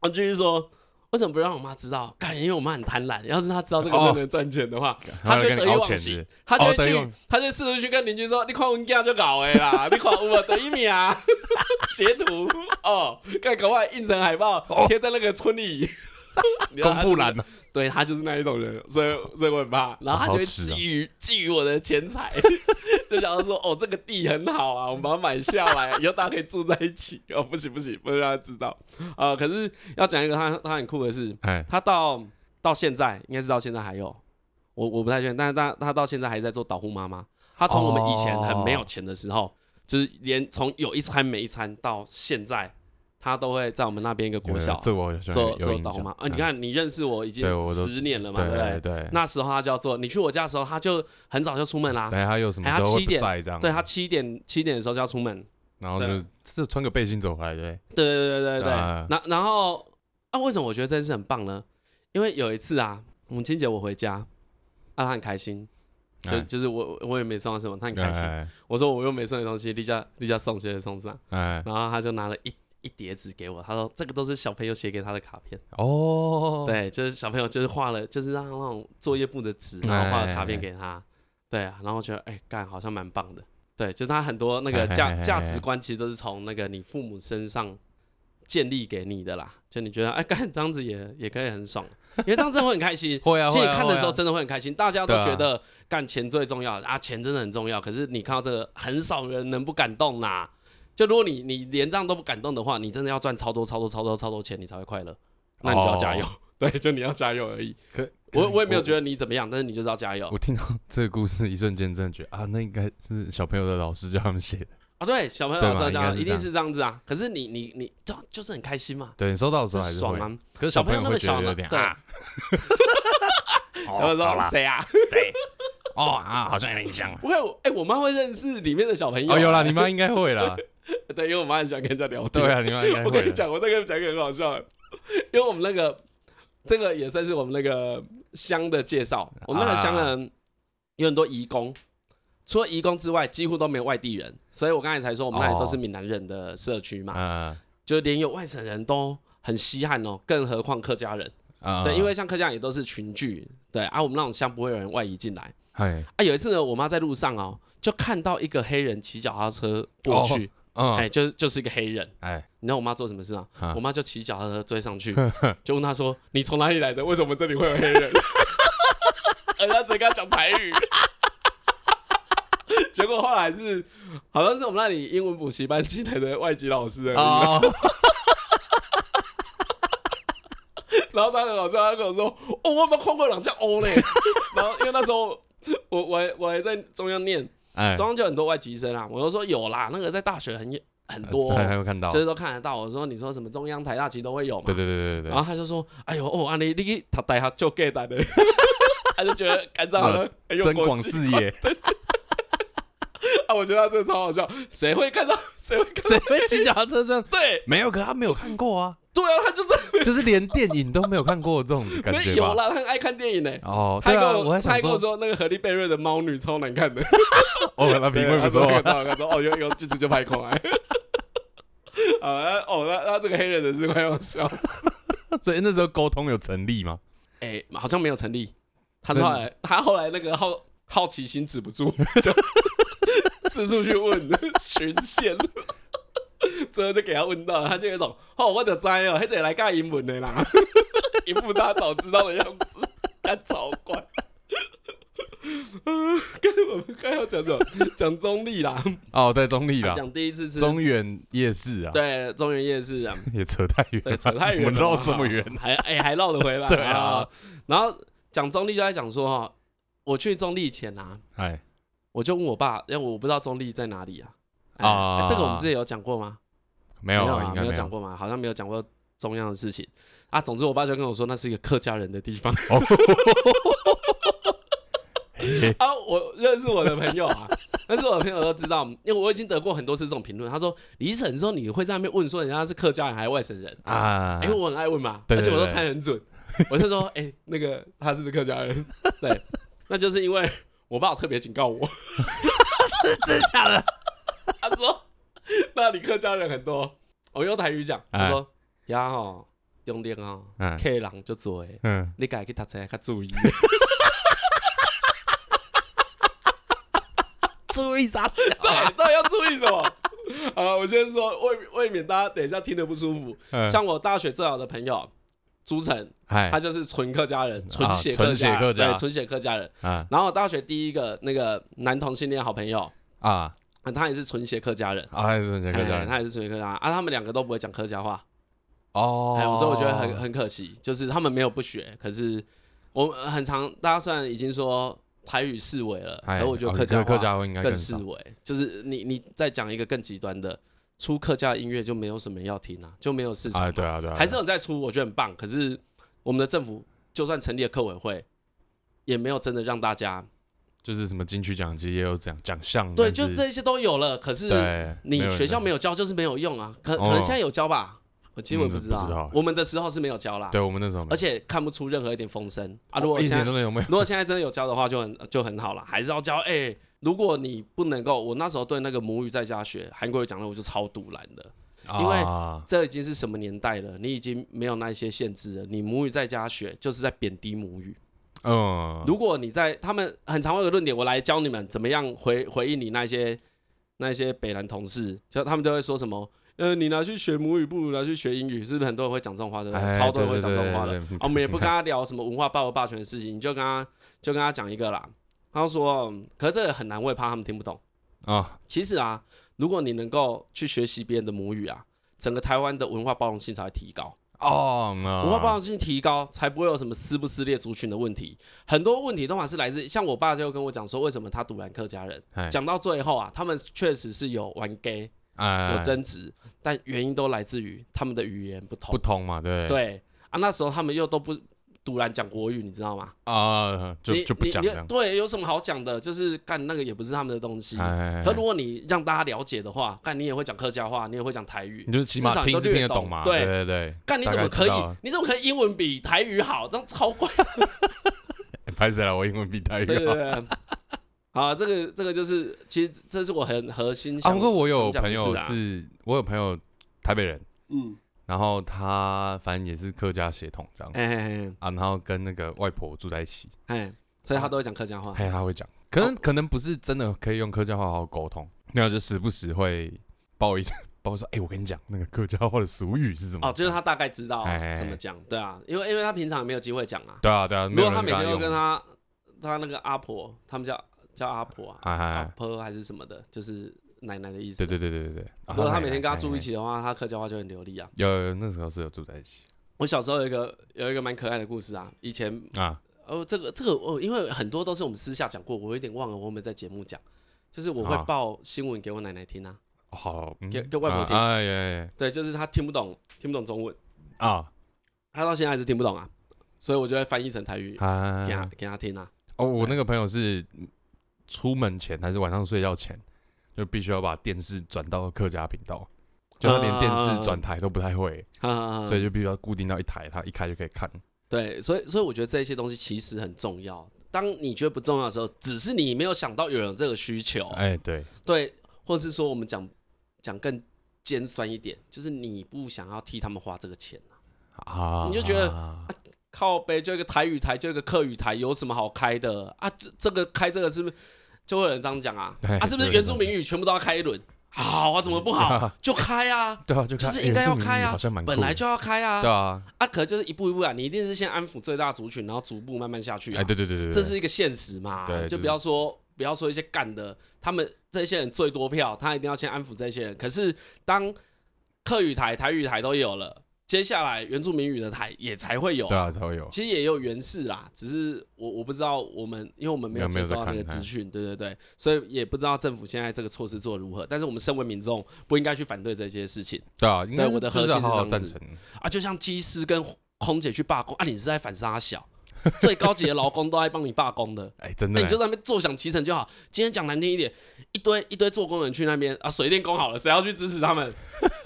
S1: 我继续说，为什么不让我妈知道？干，因为我妈很贪婪，要是她知道这个
S2: 哦
S1: 真的赚钱的话，
S2: 她
S1: 她
S2: 会
S1: 就
S2: 跟你
S1: 得意
S2: 凹
S1: 忘
S2: 钱是不
S1: 形
S2: 是，
S1: 她就
S2: 哦
S1: 会
S2: 得意
S1: 去
S2: 忘，
S1: 她就试图去跟邻居说：“你看文家就搞哎啦， 你看我得一米啊。” 截图哦，干搞外印成海报
S2: 哦
S1: 贴在那个村里，
S2: 公布栏
S1: 了。
S2: 啊
S1: 对他就是那一种人，所以所以我很怕。然后他就
S2: 好
S1: 会
S2: 耻
S1: 觊
S2: 啊
S1: 觎觊觎我的钱财， 就想要说哦这个地很好啊，我们把它买下来，以后大家可以住在一起。哦不行不行，不能让他知道啊、可是要讲一个他他很酷的事，
S2: 哎，
S1: 他到到现在应该是到现在还有，我我不太确定，但是他他到现在还在做导护妈妈。他从我们以前很没有钱的时候，就是连从有一餐没一餐到现在，他都会在我们那边一个
S2: 有
S1: 国小
S2: 有这我好像
S1: 做
S2: 有有
S1: 做
S2: 印
S1: 导护
S2: 象
S1: 妈。啊，你，看你认识我已经
S2: 对我都
S1: 十年了嘛，
S2: 对
S1: 对不
S2: 对
S1: 对？
S2: 对，
S1: 那时候他就要做，你去我家的时候，他就很早就出门啦、
S2: 等下他有什么
S1: 哎他
S2: 时候会
S1: 七
S2: 不
S1: 点
S2: 在这样？
S1: 对他，七点七点的时候就要出门，
S2: 然后
S1: 对
S2: 就这穿个背心走回来，对，
S1: 对对对对对。
S2: 啊
S1: 然然后啊，为什么我觉得这件事很棒呢？因为有一次啊，母亲节我回家，啊，他很开心，就
S2: 哎
S1: 就是我我也没送他什么，他很开心。
S2: 哎
S1: 我说我又没送你东西，丽佳丽佳送谁的送上，
S2: 哎，
S1: 然后他就拿了一一叠纸给我，他说这个都是小朋友写给他的卡片，
S2: 哦，
S1: 对，就是小朋友就是画了，就是让那种作业簿的纸，
S2: 哎
S1: 然后画了卡片给他，对啊，然后我觉得哎干好像蛮棒的，对，就是他很多那
S2: 哎
S1: 个
S2: 哎哎
S1: 价
S2: 哎。
S1: 价值观其实都是从那个你父母身上建立给你的啦，就你觉得哎干这样子也也可以很爽，因为这样真的会很开心
S2: 会啊，
S1: 其实
S2: 会
S1: 你
S2: 啊
S1: 看的时候
S2: 会啊
S1: 真的会很开心，大家都
S2: 对啊
S1: 觉得干钱最重要啊，钱真的很重要。可是你看到这个，很少人能不感动啦、就如果你你连这样都不感动的话，你真的要赚超多超多超多超多钱，你才会快乐。那你就要
S2: 哦
S1: 加油， 对，就你要加油而已。
S2: 可
S1: 我我也没有觉得
S2: 得。
S1: 你怎么样，但是你就是要加油
S2: 我听到这个故事，一瞬间真的觉得啊，那应该是小朋友的老师叫他们写的。
S1: 啊。对，小朋友
S2: 对
S1: 老师要
S2: 嘛应
S1: 这
S2: 该
S1: 样，一
S2: 是这
S1: 定
S2: 样
S1: 是这样子啊。可是你你你，就就是很开心嘛，
S2: 对你收到的时
S1: 就
S2: 候还是
S1: 爽
S2: 会，
S1: 啊。
S2: 可是
S1: 小
S2: 朋
S1: 友那
S2: 会
S1: 么
S2: 觉
S1: 小
S2: 得有
S1: 呢，
S2: 点
S1: 对，
S2: 啊，
S1: 小朋友说谁啊？
S2: 谁？哦啊，好像有点像。
S1: 不会，我哎，我妈会认识里面的小朋友。
S2: 哦，有啦，你妈应该会啦。
S1: 对，因 为我妈很喜欢跟人家聊天
S2: 对。啊，你妈应该会啦。
S1: 我跟你讲，我再跟你讲一个很好笑的，因为我们那个这个也算是我们那个乡的介绍，
S2: 啊
S1: 我们那个乡人有很多移工。除了移工之外，几乎都没有外地人，所以我刚才才说我们那里都是闽南人的社区嘛，
S2: 哦啊
S1: 就连有外省人都很稀罕哦，更何况客家人。
S2: 啊，
S1: 对，因为像客家人也都是群聚，对啊，我们那种乡不会有人外移进来
S2: 哎，
S1: 啊。有一次呢，我妈在路上哦，就看到一个黑人骑脚踏车过
S2: 哦
S1: 去，哎、
S2: 嗯，
S1: 就就是一个黑人，
S2: 哎，
S1: 你知道我妈做什么事啊？
S2: 啊
S1: 我妈就骑脚踏车追上去，就问她说：“你从哪里来的？为什么这里会有黑人？” 而她直接跟她讲台语。 结果后来是，好像是我们那里英文补习班进来的外籍老师而已
S2: 哦，
S1: 然后他很好笑，他跟我说：“哦，我有没有看过两架欧呢？”然后因为那时候我我还我还在中央念，
S2: 哎，
S1: 中央就很多外籍生啊，我就说有啦，那个在大学很很多，哦
S2: 还还会看到，
S1: 就是
S2: 对
S1: 都看得到。我说你说什么中央台大其实都会有嘛，
S2: 对对对对
S1: 然
S2: 对，
S1: 后他就说：“哎呦，哦，安尼你去读大学就 g 单的。”他就觉得干仗了，很有
S2: 增
S1: 国
S2: 广
S1: 际
S2: 视野，
S1: 啊！我觉得他真的超好笑，谁会看到谁会看到？
S2: 谁会骑脚踏车这样？
S1: 对
S2: 没有，可他没有看过啊，
S1: 对啊，他就是
S2: 就是连电影都没有看过这种感
S1: 没
S2: 觉
S1: 有
S2: 吧？
S1: 啦，他很爱看电影呢。
S2: 哦，
S1: 他
S2: 对
S1: 还跟
S2: 啊，
S1: 我
S2: 我还
S1: 他还
S2: 想
S1: 跟我
S2: 说，
S1: 说那个荷丽贝瑞的猫女超难看的，
S2: 哦，那
S1: 对
S2: 评论
S1: 他
S2: 不
S1: 说
S2: 错
S1: 那个，超好看，说哦有有这次就拍空来。啊，那哦那那这个黑人的是快要笑死。
S2: 所以那时候沟通有成立吗？
S1: 哎，好像没有成立，他是
S2: 真
S1: 后来他后来那个好好奇心止不住，就 四处去问 寻线，最后就给他问到了，他就有一种哦，我的灾哦，还得来干英文的啦， 一副他早知道的样子，他超怪。 啊，跟我们刚要讲什么？讲中立啦，
S2: 哦，对，中立啦，
S1: 讲第一次是
S2: 中原夜市啊，
S1: 对中原夜市啊，
S2: 也扯太远
S1: 对，
S2: 了，
S1: 扯太远了吧，
S2: 怎么绕这么远
S1: 还哎、还绕得回来，
S2: 对啊。
S1: 然后讲中立就在讲说哈，我去中立前啊，
S2: 哎，
S1: 我就问我爸，因为我不知道中立在哪里啊。哎
S2: 啊
S1: 哎这个我们之前有讲过吗？
S2: 没有，
S1: 啊
S2: 应，该
S1: 没
S2: 没
S1: 有讲。过嘛，好像没有讲过中央的事情啊。总之，我爸就跟我说那是一个客家人的地 方。
S2: 哦
S1: 啊，我认识我的朋友啊，但是我的朋友都知道，因为我已经得过很多次这种评论。他说李晨，你说你会在那边问说人家是客家人还是外省人？
S2: 啊
S1: 因为，我很爱问嘛，
S2: 对
S1: 而且我都
S2: 对对
S1: 猜得很准，我就说，哎、那个他是不是客家 人，对，那就是因为我爸有特别警告我，
S2: 真的假的？
S1: 他说那里客家人很多，我用台语讲，
S2: 哎
S1: 他说呀吼，用力哦，
S2: 嗯
S1: 客人就多的，
S2: 嗯，
S1: 你家去读册较注 意，
S2: 注意啥？
S1: 对，到底要注意什么？ 啊，我先说，为为免大家等一下听得不舒服，
S2: 嗯
S1: 像我大学最好的朋友，朱晨，
S2: 哎
S1: 他就是纯客家人，纯
S2: 啊
S1: 血
S2: 纯
S1: 客
S2: 血
S1: 家，
S2: 客家
S1: 对，纯血客家人。
S2: 啊
S1: 然后我大学第一个那个男同性恋好朋友，
S2: 啊
S1: 啊他也是纯血客家人，
S2: 啊，还是人家客家
S1: 哎
S2: 人
S1: 他也是纯血客家人啊，他们两个都不会讲客家话，
S2: 哦
S1: 哎，所以我觉得很很可惜，就是他们没有不学，可是我们很常大家虽然已经说台语视为了，
S2: 哎
S1: 而我觉得
S2: 哦
S1: 客
S2: 你这
S1: 家
S2: 个客
S1: 话
S2: 家话应该
S1: 更视
S2: 少
S1: 为，就是你你再讲一个更极端的，出客家音乐就没有什么人要听啊，就没有市场嘛、
S2: 哎，对啊对啊，
S1: 还是有在出，我觉得很棒。可是我们的政府就算成立了客委会，也没有真的让大家
S2: 就是什么金曲奖其实也有奖奖项，
S1: 对，
S2: 但
S1: 就是这些都有了。可是
S2: 对，
S1: 你
S2: 有人
S1: 学校没
S2: 有，
S1: 有教，就是没有用啊。可
S2: 哦
S1: 可能现在有教吧，我其实我也
S2: 嗯
S1: 不
S2: 不知道
S1: 我们的时候是没有教啦，
S2: 对我们那时候没有，
S1: 而且看不出任何一点风声啊。如果
S2: 一
S1: 现
S2: 点
S1: 在
S2: 都没有没有
S1: 如果现在真的有教的话，就很就很好了，还是要教。哎、如果你不能够，我那时候对那个母语在家学韩国语讲的，我就超堵然的。因为
S2: 啊
S1: 这已经是什么年代了？你已经没有那一些限制了。你母语在家学，就是在贬低母语。
S2: 嗯，
S1: 如果你在他们很常会有个论点，我来教你们怎么样回回应你那些那些北南同事，就他们都会说什么，呃，你拿去学母语，不如拿去学英语，是不是很多人会讲这种话对不对？
S2: 哎
S1: 超多人
S2: 对
S1: 会讲
S2: 对
S1: 这种
S2: 对
S1: 话的。
S2: 对
S1: 啊
S2: 对
S1: 我们也不
S2: 你
S1: 跟
S2: 看
S1: 他聊什么文化霸不霸权的事情，你就跟他就跟他讲一个啦。他说，嗯可是这个很难，我也怕他们听不懂。
S2: 啊
S1: 其实啊，如果你能够去学习别人的母语啊，整个台湾的文化包容性才会提高。
S2: 哦，
S1: 文化包
S2: 嗯
S1: 容性提高，才不会有什么撕不撕裂族群的问题。很多问题都还是来自像我爸就跟我讲说，为什么他堵拦客家人？
S2: 哎
S1: 讲到最后啊，他们确实是有玩 gay
S2: 哎
S1: 有争执，但原因都来自于他们的语言不
S2: 不
S1: 同。
S2: 通嘛，对
S1: 对啊，那时候他们又都不堵拦讲国语，你知道吗？
S2: 啊，就
S1: 你
S2: 就不
S1: 你
S2: 讲
S1: 你
S2: 这样，
S1: 对，有什么好讲的？就是干那个也不是他们的东西。
S2: 哎，
S1: 可
S2: 哎
S1: 如果你让大家了解的话，干你也会讲客家话，你也会讲台语
S2: 你，就是起
S1: 至
S2: 码
S1: 少你
S2: 听
S1: 都
S2: 是
S1: 略
S2: 听得
S1: 懂
S2: 懂嘛，
S1: 对
S2: 对对对，
S1: 干你
S2: 大
S1: 怎
S2: 概
S1: 么
S2: 知
S1: 可以
S2: 道？
S1: 你怎么可以英文比台语好？这样超怪。
S2: 哎拍谁了？我英文比台语
S1: 对对
S2: 好。
S1: 对。对 啊，这个这个就是，其实这是我很核心
S2: 啊，
S1: 想。
S2: 不过我
S1: 想
S2: 有
S1: 讲的
S2: 朋友
S1: 事啊，
S2: 是，我有朋友台北人，
S1: 嗯，
S2: 然后他反正也是客家血统这样
S1: 哎哎
S2: 啊，然后跟那个外婆住在一起，
S1: 哎哎，所以他都会讲客家话。
S2: 嘿，他会讲，可
S1: 哦
S2: 能可能不是真的可以用客家话好好沟通，那就时不时会报一 报我说，哎，我跟你讲，那个客家话的俗语是什么？
S1: 哦，就是他大概知道
S2: 哎哎哎
S1: 怎么讲，对啊，因为因为他平常也没有机会讲啊。
S2: 对啊对啊，
S1: 如
S2: 没
S1: 果
S2: 有
S1: 他
S2: 人
S1: 每天都跟
S2: 用
S1: 他他那个阿婆，他们叫叫阿婆啊，
S2: 哎哎
S1: 阿
S2: 哎
S1: 婆还是什么的，就是奶奶的意思
S2: 对。对对对对对，啊
S1: 如果他
S2: 奶
S1: 每天
S2: 奶
S1: 跟他
S2: 哎
S1: 住一
S2: 哎
S1: 起的话，他客家话就很流利啊。
S2: 有有那时候是有住在一起
S1: 我小时候有一个有一个蛮可爱的故事啊，以前
S2: 啊，
S1: 哦，这个这个哦，因为很多都是我们私下讲过，我有点忘了我有没有在节目讲，就是我会
S2: 啊
S1: 报新闻给我奶奶听啊，
S2: 好，嗯
S1: 给给外婆
S2: 啊
S1: 听
S2: 哎呀呀
S1: 对，就是她听不懂听不懂中文，
S2: 啊
S1: 她到现在还是听不懂啊，所以我就会翻译成台语给她
S2: 啊！
S1: 给她听啊，
S2: 哦，我那个朋友是出门前还是晚上睡觉前，就必须要把电视转到客家频道，就他连电视转台都不太会，
S1: 啊，
S2: 所以就必须要固定到一台，他一开就可以看。
S1: 对，所以所以我觉得这些东西其实很重要，当你觉得不重要的时候，只是你没有想到有人有这个需求，
S2: 哎，对，
S1: 对，或是说我们讲讲更尖酸一点，就是你不想要替他们花这个钱。
S2: 啊，
S1: 你就觉得靠背就一个台语台，就一个客语台，有什么好开的啊？这这个开这个是不是就会有人这样讲啊？
S2: 哎
S1: 啊，是不是
S2: 对
S1: 原住民语全部都要开一轮？好啊，怎么不好？就开啊，
S2: 对啊，就看
S1: 就是
S2: 哎
S1: 应该
S2: 原住
S1: 要
S2: 民
S1: 开
S2: 语
S1: 啊
S2: 好像蛮
S1: 本
S2: 酷
S1: 来
S2: 的
S1: 就要开啊
S2: 对。啊，
S1: 啊，可就是一步一步啊，你一定是先安抚最大族群，然后逐步慢慢下去啊
S2: 哎，。对对对对，
S1: 这是一个现实嘛
S2: 对？
S1: 就
S2: 就是
S1: 不要说不要说一些干的，他们这些人最多票，他一定要先安抚这些人。可是当客语台、台语台都有了，接下来原住民语的台也才会有
S2: 对啊才会有
S1: 其实也有原氏啦，只是我我不知道我们，因为我们没有
S2: 没有
S1: 接收到那
S2: 没
S1: 个
S2: 有在看
S1: 资讯，对对对，所以也不知道政府现在这个措施做得如何。但是我们身为民众，不应该去反对这些事情
S2: 对啊，应该
S1: 对我的
S2: 就是
S1: 核心是
S2: 好好
S1: 这样
S2: 赞
S1: 子
S2: 成，
S1: 啊！就像机师跟空姐去罢工啊，你是在反杀小，最高级的劳工都在帮你罢工的，
S2: 哎，真
S1: 那
S2: 的
S1: 你
S2: 嘞
S1: 就在那边坐享其成就好。今天讲难听一点，一堆一堆做工人去那边啊，水电工好了，谁要去支持他们？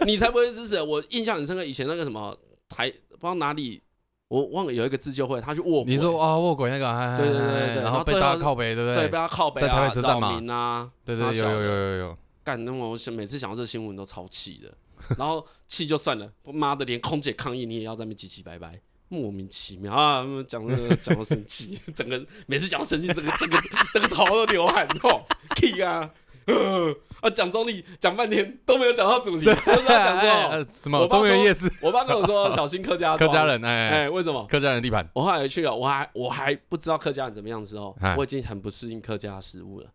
S1: 你才不会支持。我印象很深刻，以前那个什么台不知道哪里，我忘了有一个自救会，他去卧轨
S2: 你说啊，卧轨那个，哎
S1: 对对对对对
S2: 然
S1: 然后
S2: 后被
S1: 最
S2: 大
S1: 后
S2: 家靠背，对不
S1: 对，被他靠北啊、
S2: 在台北车站嘛
S1: 扰民啊，
S2: 对对，
S1: 杀
S2: 有
S1: 小
S2: 有
S1: 的
S2: 有有有，
S1: 干，那么我想每次想到这新闻都超气的，然后气就算了，他妈的连空姐抗议你也要在那边唧唧拜拜。莫名其妙啊！讲这个讲到生气，整个每次讲到生气，这个这个这个头都流汗哦，气啊！啊，讲中立讲半天都没有讲到主题， 就是要讲说，
S2: 呃什么
S1: 我爸
S2: 中
S1: 说
S2: 原夜市
S1: 我爸跟我说小心客家
S2: 客
S1: 庄
S2: 家，人，哎，
S1: 哎，为什么？
S2: 客家人地盘，
S1: 我后来去了，我还我还不知道客家人怎么样之后
S2: 哎，
S1: 我已经很不适应客家的食物了。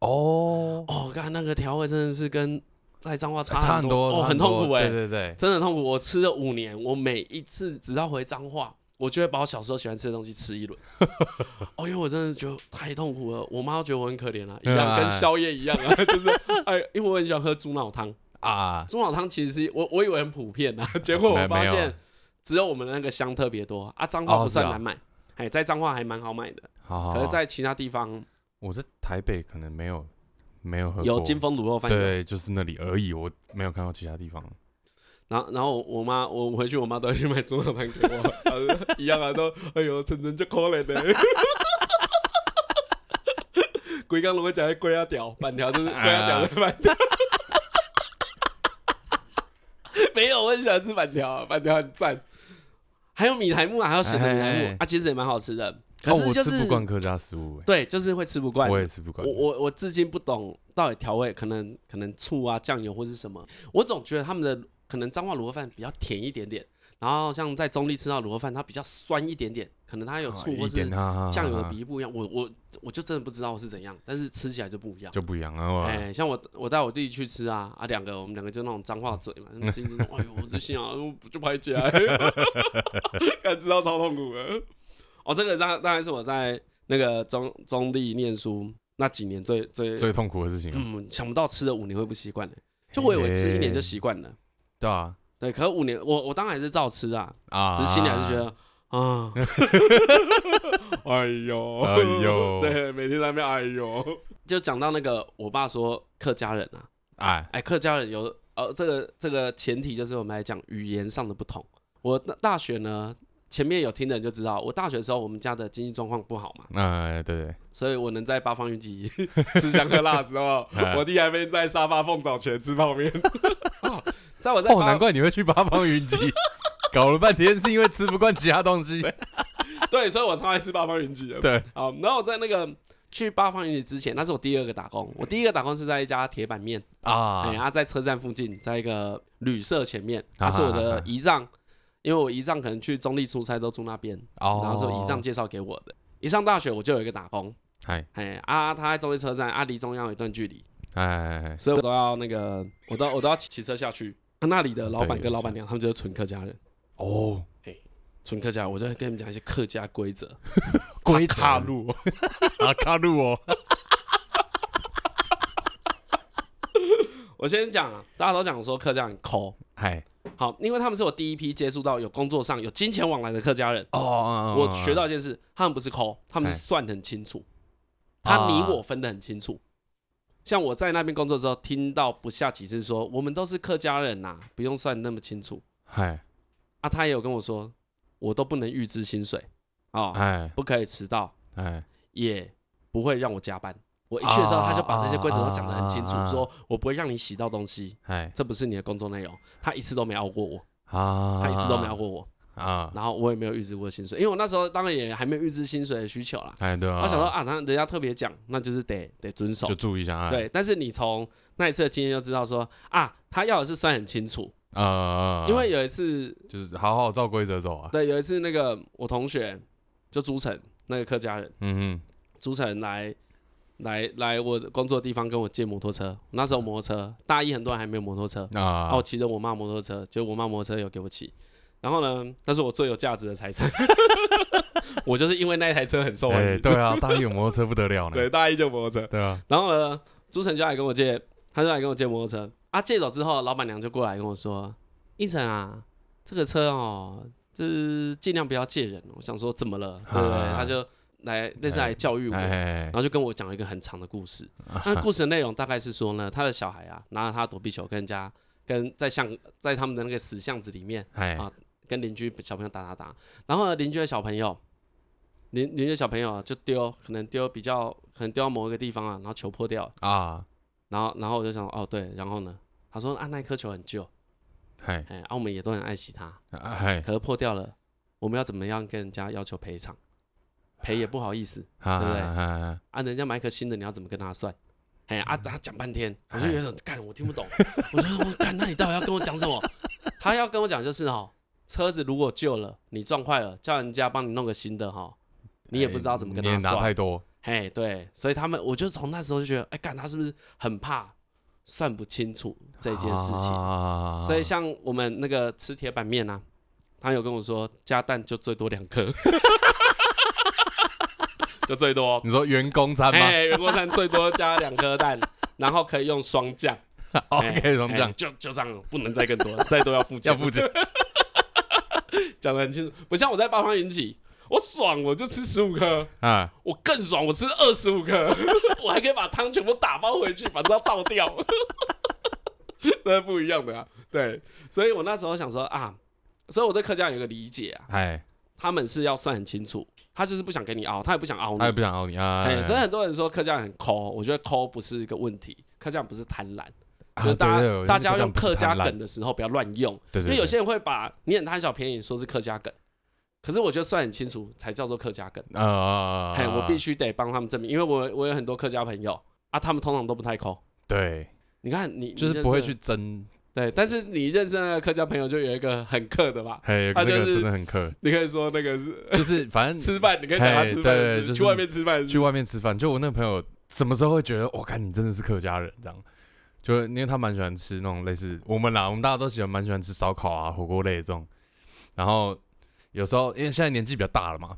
S2: 哦，
S1: 哦，刚那个调味真的是跟在彰化差
S2: 差很多，
S1: 哦，
S2: 差
S1: 很痛苦哎，
S2: 对对对，
S1: 真的很痛苦。我吃了五年，我每一次只要回彰化，我就会把我小时候喜欢吃的东西吃一轮。哦，因为我真的觉得太痛苦了，我妈都觉得我很可怜啊，一
S2: 嗯啊
S1: 样跟宵夜一样啊， 就是哎，因为我很喜欢喝猪脑汤，
S2: 啊，
S1: 猪脑汤其实是我我以为很普遍啊，结果
S2: 没
S1: 我发
S2: 没有
S1: 现只有我们的那个乡特别多啊，彰化
S2: 哦
S1: 不算
S2: 是啊哦
S1: 难买。哎，在彰化还蛮好买的，
S2: 好好，
S1: 可
S2: 好
S1: 是在其他地方
S2: 我在台北可能没有没有喝
S1: 有
S2: 过
S1: 金丰卤肉饭，
S2: 对，就是那里而已，我没有看到其他地方。
S1: 然后，然后我妈，我回去，我妈都会去买猪脑汤给我，她说一样啊，都哎呦，晨晨就可怜的，规工拢要食迄龟仔条，板条就是龟仔
S2: 啊
S1: 条的板条。没有，我很喜欢吃板条啊，板条很赞。还有米苔木啊，还有咸的米苔
S2: 哎哎
S1: 木
S2: 哎
S1: 啊，其实也蛮好吃的。可
S2: 哦，
S1: 是
S2: 我
S1: 就
S2: 吃
S1: 是、
S2: 不惯客家食物，
S1: 对，就是会吃不
S2: 哎
S1: 惯。
S2: 我也吃不惯
S1: 我。我我至今不懂到底调味，可能可能醋啊、酱油或是什么，我总觉得他们的可能彰化卤肉饭比较甜一点点，然后像在中立吃到卤肉饭，它比较酸一点点，可能它有
S2: 啊
S1: 醋
S2: 一
S1: 或是
S2: 点啊
S1: 酱油的
S2: 啊
S1: 比例不一样。我我我就真的不知道是怎样，但是吃起来就不一样。
S2: 就不一样啊。
S1: 哎、像我我带我弟弟去吃啊啊，两个我们两个就那种脏话嘴 嘛，吃一吃，哎呦，我最心啊， 我就拍起来，看吃到超痛苦的。哦，这个当当然是我在那个中中立念书那几年最最
S2: 最痛苦的事情啊，
S1: 嗯，想不到吃了五年会不习惯的，欸就我以为吃一年就习惯了，
S2: 哎对啊
S1: 对，可是五年我我当然还是照吃啊，
S2: 啊，
S1: 只是心里还是觉得。 啊，哎呦，
S2: 哎呦
S1: 对，每天在那边哎呦，就讲到那个，我爸说客家人啊，
S2: 哎，
S1: 哎，客家人有呃，这个这个前提就是我们来讲语言上的不同。我大大学呢，前面有听的人就知道，我大学的时候我们家的经济状况不好嘛，
S2: 哎，对对，
S1: 所以我能在八方云集 吃香喝辣的时 候，
S2: 哎
S1: 我弟还没在沙发缝找钱吃泡面。 哦在我在
S2: 哦，
S1: 八
S2: 难怪你会去八方云集，搞了半天是因为吃不惯其他东西。
S1: 对，所以我超爱吃八方云集的。
S2: 对，
S1: 好，然后我在那个去八方云集之前，那是我第二个打工。我第一个打工是在一家铁板面，哎、
S2: 啊，
S1: 啊，在车站附近，在一个旅社前面，
S2: 啊
S1: 他是我
S2: 啊啊
S1: 的
S2: 啊
S1: 姨丈，因为我姨丈可能去中立出差都住那边，
S2: 哦，
S1: 然后是我姨丈，介绍给我的。一上大学我就有一个打工，
S2: 哎
S1: 哎啊，他在中立车站，啊离中央有一段距离，
S2: 哎哎，哎
S1: 所以我都要那个，我都我都要骑骑车下去。啊那里的老板
S2: 对
S1: 跟老板娘他们就是纯客家人，
S2: 哦，
S1: 纯客家人，我就会跟你们讲一些客家规则。
S2: 龟
S1: 卡路，
S2: 啊，卡路哦，
S1: 我先讲啊，大家都讲说客家人抠，
S2: 哎，
S1: 好，因为他们是我第一批接触到有工作上有金钱往来的客家人。
S2: 哦哦，哦
S1: 我学到一件事，他们不是抠，他们是
S2: 哎
S1: 算得很清楚，
S2: 啊
S1: 他你我分得很清楚。像我在那边工作的时候，听到不下几次说我们都是客家人呐、不用算那么清楚
S2: 哎
S1: 啊。他也有跟我说，我都不能预支薪水哦，
S2: 哎
S1: 不可以迟到，
S2: 哎，
S1: 也不会让我加班。我一去的时候，他就把这些规则都讲得很清楚
S2: 啊啊啊，啊
S1: 说我不会让你洗到东西，
S2: 哎
S1: 这不是你的工作内容。他一次都没熬过我，
S2: 啊，
S1: 他一次都没熬过我，
S2: 啊，
S1: 然后我也没有预支过薪水，因为我那时候当然也还没有预支薪水的需求啦。
S2: 哎对啊，
S1: 我想说啊，那人家特别讲，那就是得得遵守
S2: 就。注意一下，哎，
S1: 对，但是你从那一次的经验就知道说啊，他要的是算很清楚，
S2: 啊啊，啊
S1: 因为有一次，
S2: 就是好好照规则走啊，
S1: 对，有一次那个我同学就朱晨那个客家人，
S2: 嗯
S1: 朱晨来来来我工作的地方跟我借摩托车，那时候摩托车大一很多人还没有摩托车，
S2: 嗯啊，
S1: 然后我骑着我妈摩托车，结果我妈摩托车有给我骑。然后呢，那是我最有价值的财产。 我就是因为那台车很受欢
S2: 哎，
S1: 迎，
S2: 对啊，大一有摩托车不得了呢，
S1: 对，大一就摩托车。
S2: 对啊，
S1: 然后呢，朱晨就来跟我借，他就来跟我借摩托车。啊，借走之后，老板娘就过来跟我说：“一晨啊，这个车哦，就是尽量不要借人。”哦我想说怎么了，对不对？
S2: 啊
S1: 他就来类似来教育我，
S2: 哎
S1: 然，后就跟我讲了一个很长的故 事。那故事的内容大概是说呢，他的小孩啊，拿着他的躲避球跟人家跟在巷在他们的那个死巷子里面
S2: 哎
S1: 啊跟邻居小朋友打打打，然后呢，邻居的小朋友，邻邻居的小朋友啊就丢，可能丢比较可能丢到某一个地方啊，然后球破掉了。
S2: 啊，
S1: 然后然后我就想，哦对，然后呢？他说啊，那一颗球很旧，
S2: 哎
S1: 哎，啊我们也都很爱惜它，
S2: 哎
S1: 可是破掉了，我们要怎么样跟人家要求赔偿？赔也不好意思
S2: 啊，
S1: 对不对
S2: 啊
S1: 啊，人家买一颗新的，你要怎么跟他算？哎啊，他讲半天，我就有一
S2: 哎
S1: 种干我听不懂，我就说我干，那你到底要跟我讲什么？他要跟我讲就是哈，车子如果旧了，你撞坏了，叫人家帮你弄个新的哈，你也不知道怎么跟
S2: 哎
S1: 他
S2: 你也拿
S1: 算。
S2: 太多，
S1: 哎，对，所以他们我就从那时候就觉得，哎干，他是不是很怕算不清楚这件事情？
S2: 啊
S1: 所以像我们那个吃铁板面啊，他有跟我说加蛋就最多两颗， 就最多。
S2: 你说员工餐吗
S1: 哎，员工餐最多加两颗蛋，然后可以用双酱。哎
S2: ？OK，龙
S1: 哎
S2: 酱
S1: 就就这样，不能再更多了，再多要付钱。
S2: 要付钱，
S1: 讲的很清楚，不像我在八方云集，我爽我就吃十五颗，
S2: 啊，
S1: 我更爽我吃二十五颗， 我还可以把汤全部打包回去，把它倒掉。 那是不一样的啊，对，所以我那时候想说啊，所以我对客家有一个理解啊，
S2: 哎，
S1: 他们是要算很清楚，他就是不想给你熬，他也不想熬你
S2: 他也，不想熬你啊，
S1: 哎，所以
S2: 以
S1: 很多人说客家人很抠，我觉得抠不是一个问题，客家人不是贪婪，
S2: 啊
S1: 就是大家大家用客家，梗的时候不要乱用，
S2: 对
S1: 因为有些人会把你很贪小便宜说是客家梗，可是我觉得算很清楚才叫做客家梗。
S2: 呃，
S1: 嘿，哎我必须得帮他们证明，因为我我有很多客家朋友啊，他们通常都不太抠。
S2: 对，
S1: 你看你
S2: 就是不会去争，
S1: 你认识对，但是你认识那个客家朋友就有一个很客的嘛，
S2: 嘿，
S1: 他
S2: 那
S1: 就
S2: 个
S1: 是
S2: 真的很客，
S1: 你可以说那个啊是
S2: 就是反正
S1: 吃饭，你可以讲他
S2: 嗯嘿
S1: 吃饭的
S2: 对
S1: 事
S2: 就是
S1: 去外面吃饭的事
S2: 去外面吃饭，就我那个朋友什么时候会觉得，我看你真的是客家人这样。就因为他蛮喜欢吃那种类似我们啦，我们大家都喜欢蛮喜欢吃烧烤啊、火锅类的这种。然后有时候因为现在年纪比较大了嘛，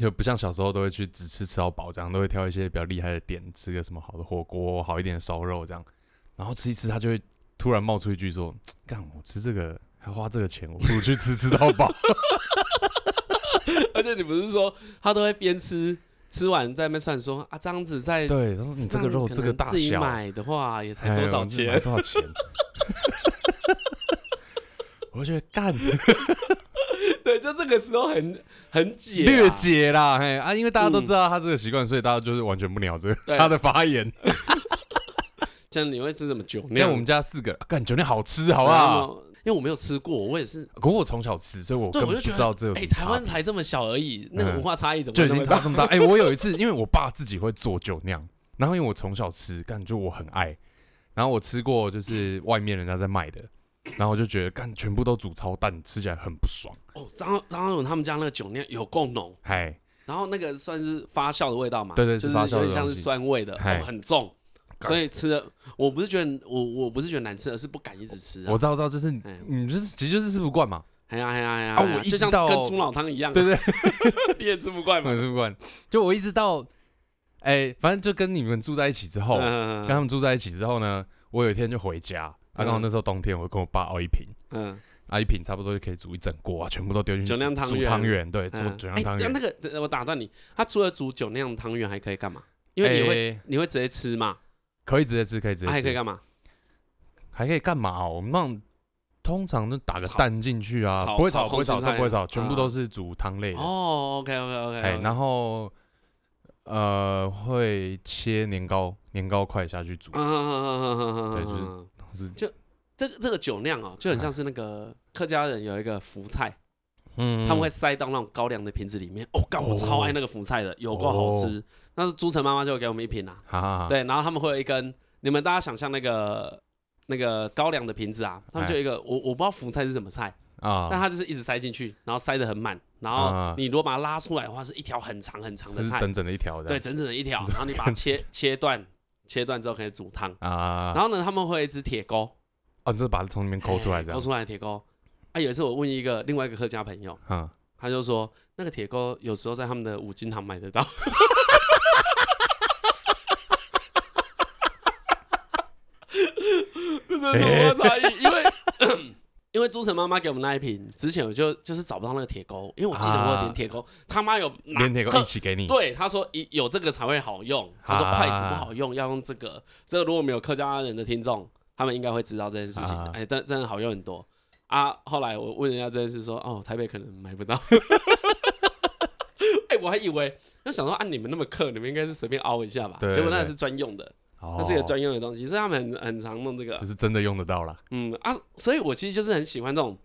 S2: 就不像小时候都会去只吃啊吃到饱这样，都会挑一些比较厉害的店，吃个什么好的火锅、好一点的烧肉这样。然后吃一吃，他就会突然冒出一句说：“干，我吃这个还花这个钱，我不如去吃吃到饱。
S1: 而且你不是说他都会边吃吃完在那边算说啊，这样子”在
S2: 对，然后你这个肉
S1: 样
S2: 这个
S1: 可能
S2: 大
S1: 自己
S2: 小，啊
S1: 买的话也才多
S2: 哎
S1: 少
S2: 我这
S1: 钱
S2: 买？多少钱？我觉得干
S1: 啊对，就这个时候很很解啊、
S2: 略解啦，嘿啊，因为大家都知道他这个习惯，所以大家就是完全不鸟这
S1: 嗯对
S2: 个他的发言。
S1: 像你会吃什么酒
S2: 因为
S1: 酿？
S2: 我们家四个，啊干酒店好吃，好
S1: 好
S2: 不好？？
S1: 因为我没有吃过，我也是，
S2: 可我从小吃，所以我
S1: 对
S2: 根
S1: 我就
S2: 本不
S1: 觉得
S2: 知道这有
S1: 哎、
S2: 什么
S1: 台湾
S2: 差
S1: 才这么小而已，那个
S2: 嗯
S1: 文化差异怎么
S2: 就
S1: 会
S2: 已
S1: 那
S2: 经
S1: 么
S2: 差
S1: 大？
S2: 这么大。哎，我有一次，因为我爸自己会做酒酿，然后因为我从小吃，干就我很爱，然后我吃过就是外面人家在卖的，然后我就觉得干全部都煮超淡，吃起来很不爽。
S1: 哦，张张勇他们家那个酒酿有够浓，
S2: 嗨，
S1: 然后那个算是发酵的味道嘛，
S2: 对对
S1: 就是
S2: 发酵的
S1: 有点像
S2: 东
S1: 是
S2: 西
S1: 酸味的，
S2: 嗨
S1: 哦、很重，
S2: 干
S1: 所以吃的我不是觉得我我不是觉得难吃，而是不敢一直吃、啊。
S2: 我知道，我知道，就是你
S1: 嗯
S2: 你就是其实就是吃不惯 嘛。
S1: 哎呀哎呀哎呀
S2: 啊
S1: 哎呀，
S2: 我一
S1: 就
S2: 直
S1: 像
S2: 到
S1: 跟猪脑汤一样、啊，
S2: 对 对，嗯
S1: 你也吃不惯嘛。嗯
S2: 我是不管，就我一直到，哎、反正就跟你们住在一起之后，
S1: 嗯
S2: 跟他们住在一起之后呢，我有一天就回家，啊，
S1: 嗯
S2: 刚好那时候冬天，我跟我爸熬一瓶，
S1: 嗯，
S2: 啊，一瓶差不多就可以煮一整锅啊，全部都丢进去
S1: 酒
S2: 煮
S1: 酿汤
S2: 煮
S1: 圆
S2: 汤圆，对，煮
S1: 嗯
S2: 酒酿
S1: 哎
S2: 汤
S1: 那
S2: 圆，
S1: 那个我打断你，它除了煮酒酿汤圆还可以干嘛？因为你会、
S2: 哎
S1: 你会直接吃嘛，
S2: 可以直接吃，可以直
S1: 它
S2: 接
S1: 还可以
S2: 吃，
S1: 干嘛？
S2: 还可以干嘛哦？我们那种通常就打个
S1: 炒
S2: 蛋进去啊
S1: 炒，
S2: 不会
S1: 炒
S2: 炒，不会
S1: 空
S2: 炒，
S1: 心
S2: 都不会
S1: 菜
S2: 炒，全部
S1: 啊
S2: 都是煮汤类的，
S1: 哦，OK OK OK，
S2: 哎，然后呃会切年糕，年糕块下去煮，
S1: 啊嗯，
S2: 对就是
S1: 是就这个这个酒酿哦，就很像是那个客家人有一个福菜，
S2: 嗯，
S1: 他们会塞到那种高粱的瓶子里面。哦，干，我超爱那个福菜
S2: 哦
S1: 的，有够好吃。那是朱晨妈妈就有给我们一瓶啊，
S2: 哈哈哈，
S1: 对，然后他们会有一根，你们大家想象那个那个高粱的瓶子啊，他们就有一个，我我不知道福菜是什么菜，
S2: 哎啊，
S1: 但它就是一直塞进去，然后塞得很满，然后
S2: 啊
S1: 你如果把它拉出来的话，是一条很长很长
S2: 它
S1: 的
S2: 是
S1: 菜，
S2: 整整的一啊条的。
S1: 对，整整的一条，然后你把它切 切断，切断之后可以煮汤。
S2: 啊，
S1: 然后呢，他们会有一只铁钩，
S2: 哦，你就是把它从里面抠出来
S1: 哎
S2: 这
S1: 抠
S2: 样。
S1: 出来的铁钩。啊，有一次我问一个另外一个客家朋友，
S2: 嗯，
S1: 他就说那个铁钩有时候在他们的五金行买得到。 这真的是文化差异，因为 因为朱晨妈妈给我们那一瓶之前，我就就是找不到那个铁钩，因为我记得我有点铁钩，他妈有拿
S2: 啊连铁
S1: 特
S2: 锅一起给你。
S1: 对，他说一有这个才会好用，他说
S2: 嗯啊
S1: 筷子不好用，要用这个。这个如果没有客家人的听众，他们应该会知道这件事情。
S2: 啊
S1: 哎、真真的好用很多啊！后来我问人家这件事说，哦，台北可能买不到。 哎、我还以为，那想说啊，你们那么客，你们应该是随便凹一下吧？
S2: 对
S1: 结果那
S2: 对
S1: 是专用的，
S2: 哦
S1: 那是一个专用的东西，所以他们很很常弄这个
S2: 就。是真的用得到啦。
S1: 嗯啊，所以我其实就是很喜欢这种。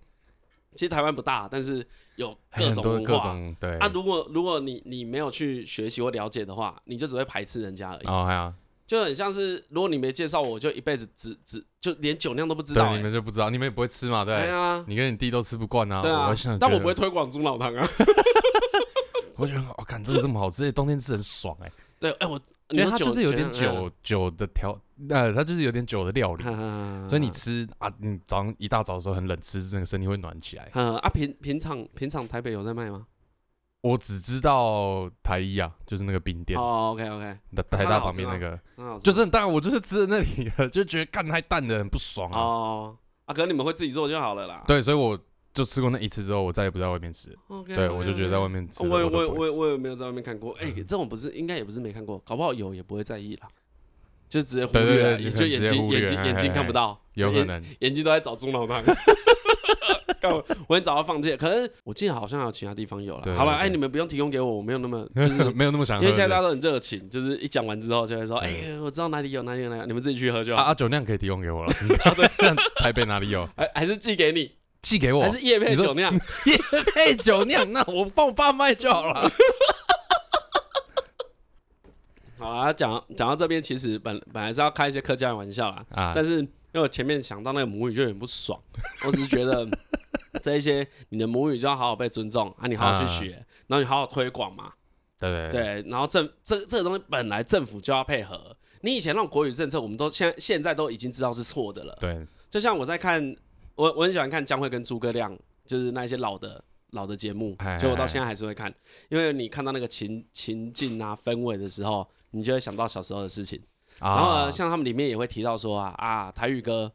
S1: 其实台湾不大，但是有
S2: 还有
S1: 各
S2: 很
S1: 种
S2: 多
S1: 文
S2: 各
S1: 化，
S2: 种对
S1: 啊，如果如果你你没有去学习或了解的话，你就只会排斥人家而已。
S2: 哦，还有
S1: 就很像是如果你没介绍我，我就一辈子只只就连酒酿都不知道、
S2: 对，你
S1: 欸。
S2: 们就不知道，你们也不会吃嘛，
S1: 哎
S2: 对，
S1: 呀，
S2: 你跟你弟都吃不惯啊，
S1: 对啊
S2: 我想，
S1: 但
S2: 觉
S1: 我
S2: 得
S1: 不会，推广猪脑汤啊。
S2: 我觉得我看这个这么好吃，而哦且冬天吃很爽哎，
S1: 对，哎我，
S2: 因为它就是有点
S1: 你说酒，
S2: 酒酒的调，呃，它就是有点酒的料理，
S1: 嗯
S2: 所以你吃啊，你早上一大早的时候很冷，吃那个身体会暖起来。
S1: 嗯啊平平常平常台北有在卖吗？
S2: 我只知道台一啊，就是那个冰店，
S1: 哦，OK OK，
S2: 那台大旁边那个，就
S1: 就是啊
S2: 很淡，我就是吃的那里的，就觉得干太淡了，很不爽啊。
S1: 哦啊，可能你们会自己做就好了啦。
S2: 对，所以我就吃过那一次之后，我再也不在外面吃了。
S1: OK，
S2: 对，我就觉得在外
S1: 面。
S2: 面吃，
S1: 哦我
S2: 我
S1: 也
S2: 都不
S1: 我
S2: 会
S1: 也
S2: 嗯
S1: 啊我也
S2: 吃
S1: 我也没有在外面看过，哎、这种不是应该也不是没看过，搞不好有也不会在意啦，就直接忽
S2: 对对
S1: 略
S2: 对
S1: 啊，
S2: 你可
S1: 就
S2: 能
S1: 眼
S2: 直接
S1: 睛
S2: 忽略
S1: 眼睛
S2: 嘿
S1: 眼睛
S2: 嘿
S1: 看不
S2: 嘿
S1: 到，
S2: 有可
S1: 眼
S2: 能。
S1: 眼睛都在找猪脑 汤。干我我很早要放弃了，可是我记得好像还有其他地方有
S2: 对
S1: 了。
S2: 对
S1: 好了，
S2: 对，
S1: 哎，你们不用提供给我，我没有那么就是
S2: 没有那么想
S1: 因
S2: 喝，
S1: 为现在大家
S2: 是
S1: 都很热情，就是一讲完之后就会说，哎
S2: 嗯，
S1: 我知道哪里有哪里有，哪里有，你们自己去喝就
S2: 不是啊
S1: 好。
S2: 啊，酒酿可以提供给 我了。
S1: 啊
S2: 台北哪里有？
S1: 还还是寄给你，
S2: 寄给我
S1: 还。 是叶配
S2: 你说
S1: 酒酿？
S2: 配酒酿，那我帮我爸卖就好了。
S1: 好啦，讲讲到这边，其实本本来是要开一些客家的玩笑啦，
S2: 啊，
S1: 但是因为我前面想到那个母语就有点不爽， 我只是觉得这一些你的母语就要好好被尊重啊，你好好去学，然后你好好推广嘛，
S2: 对对对，
S1: 对，然后政这这个东西本来政府就要配合。你以前那种国语政策，我们都现在现在都已经知道是错的了。
S2: 对
S1: 就像我在看，我我很喜欢看江蕙跟诸葛亮，就是那一些老的老的节目
S2: 哎，
S1: 结果我到现在还是会看，因为你看到那个情情境啊氛围的时候，你就会想到小时候的事情。
S2: 啊
S1: 然后呢，像他们里面也会提到说啊啊，台语歌，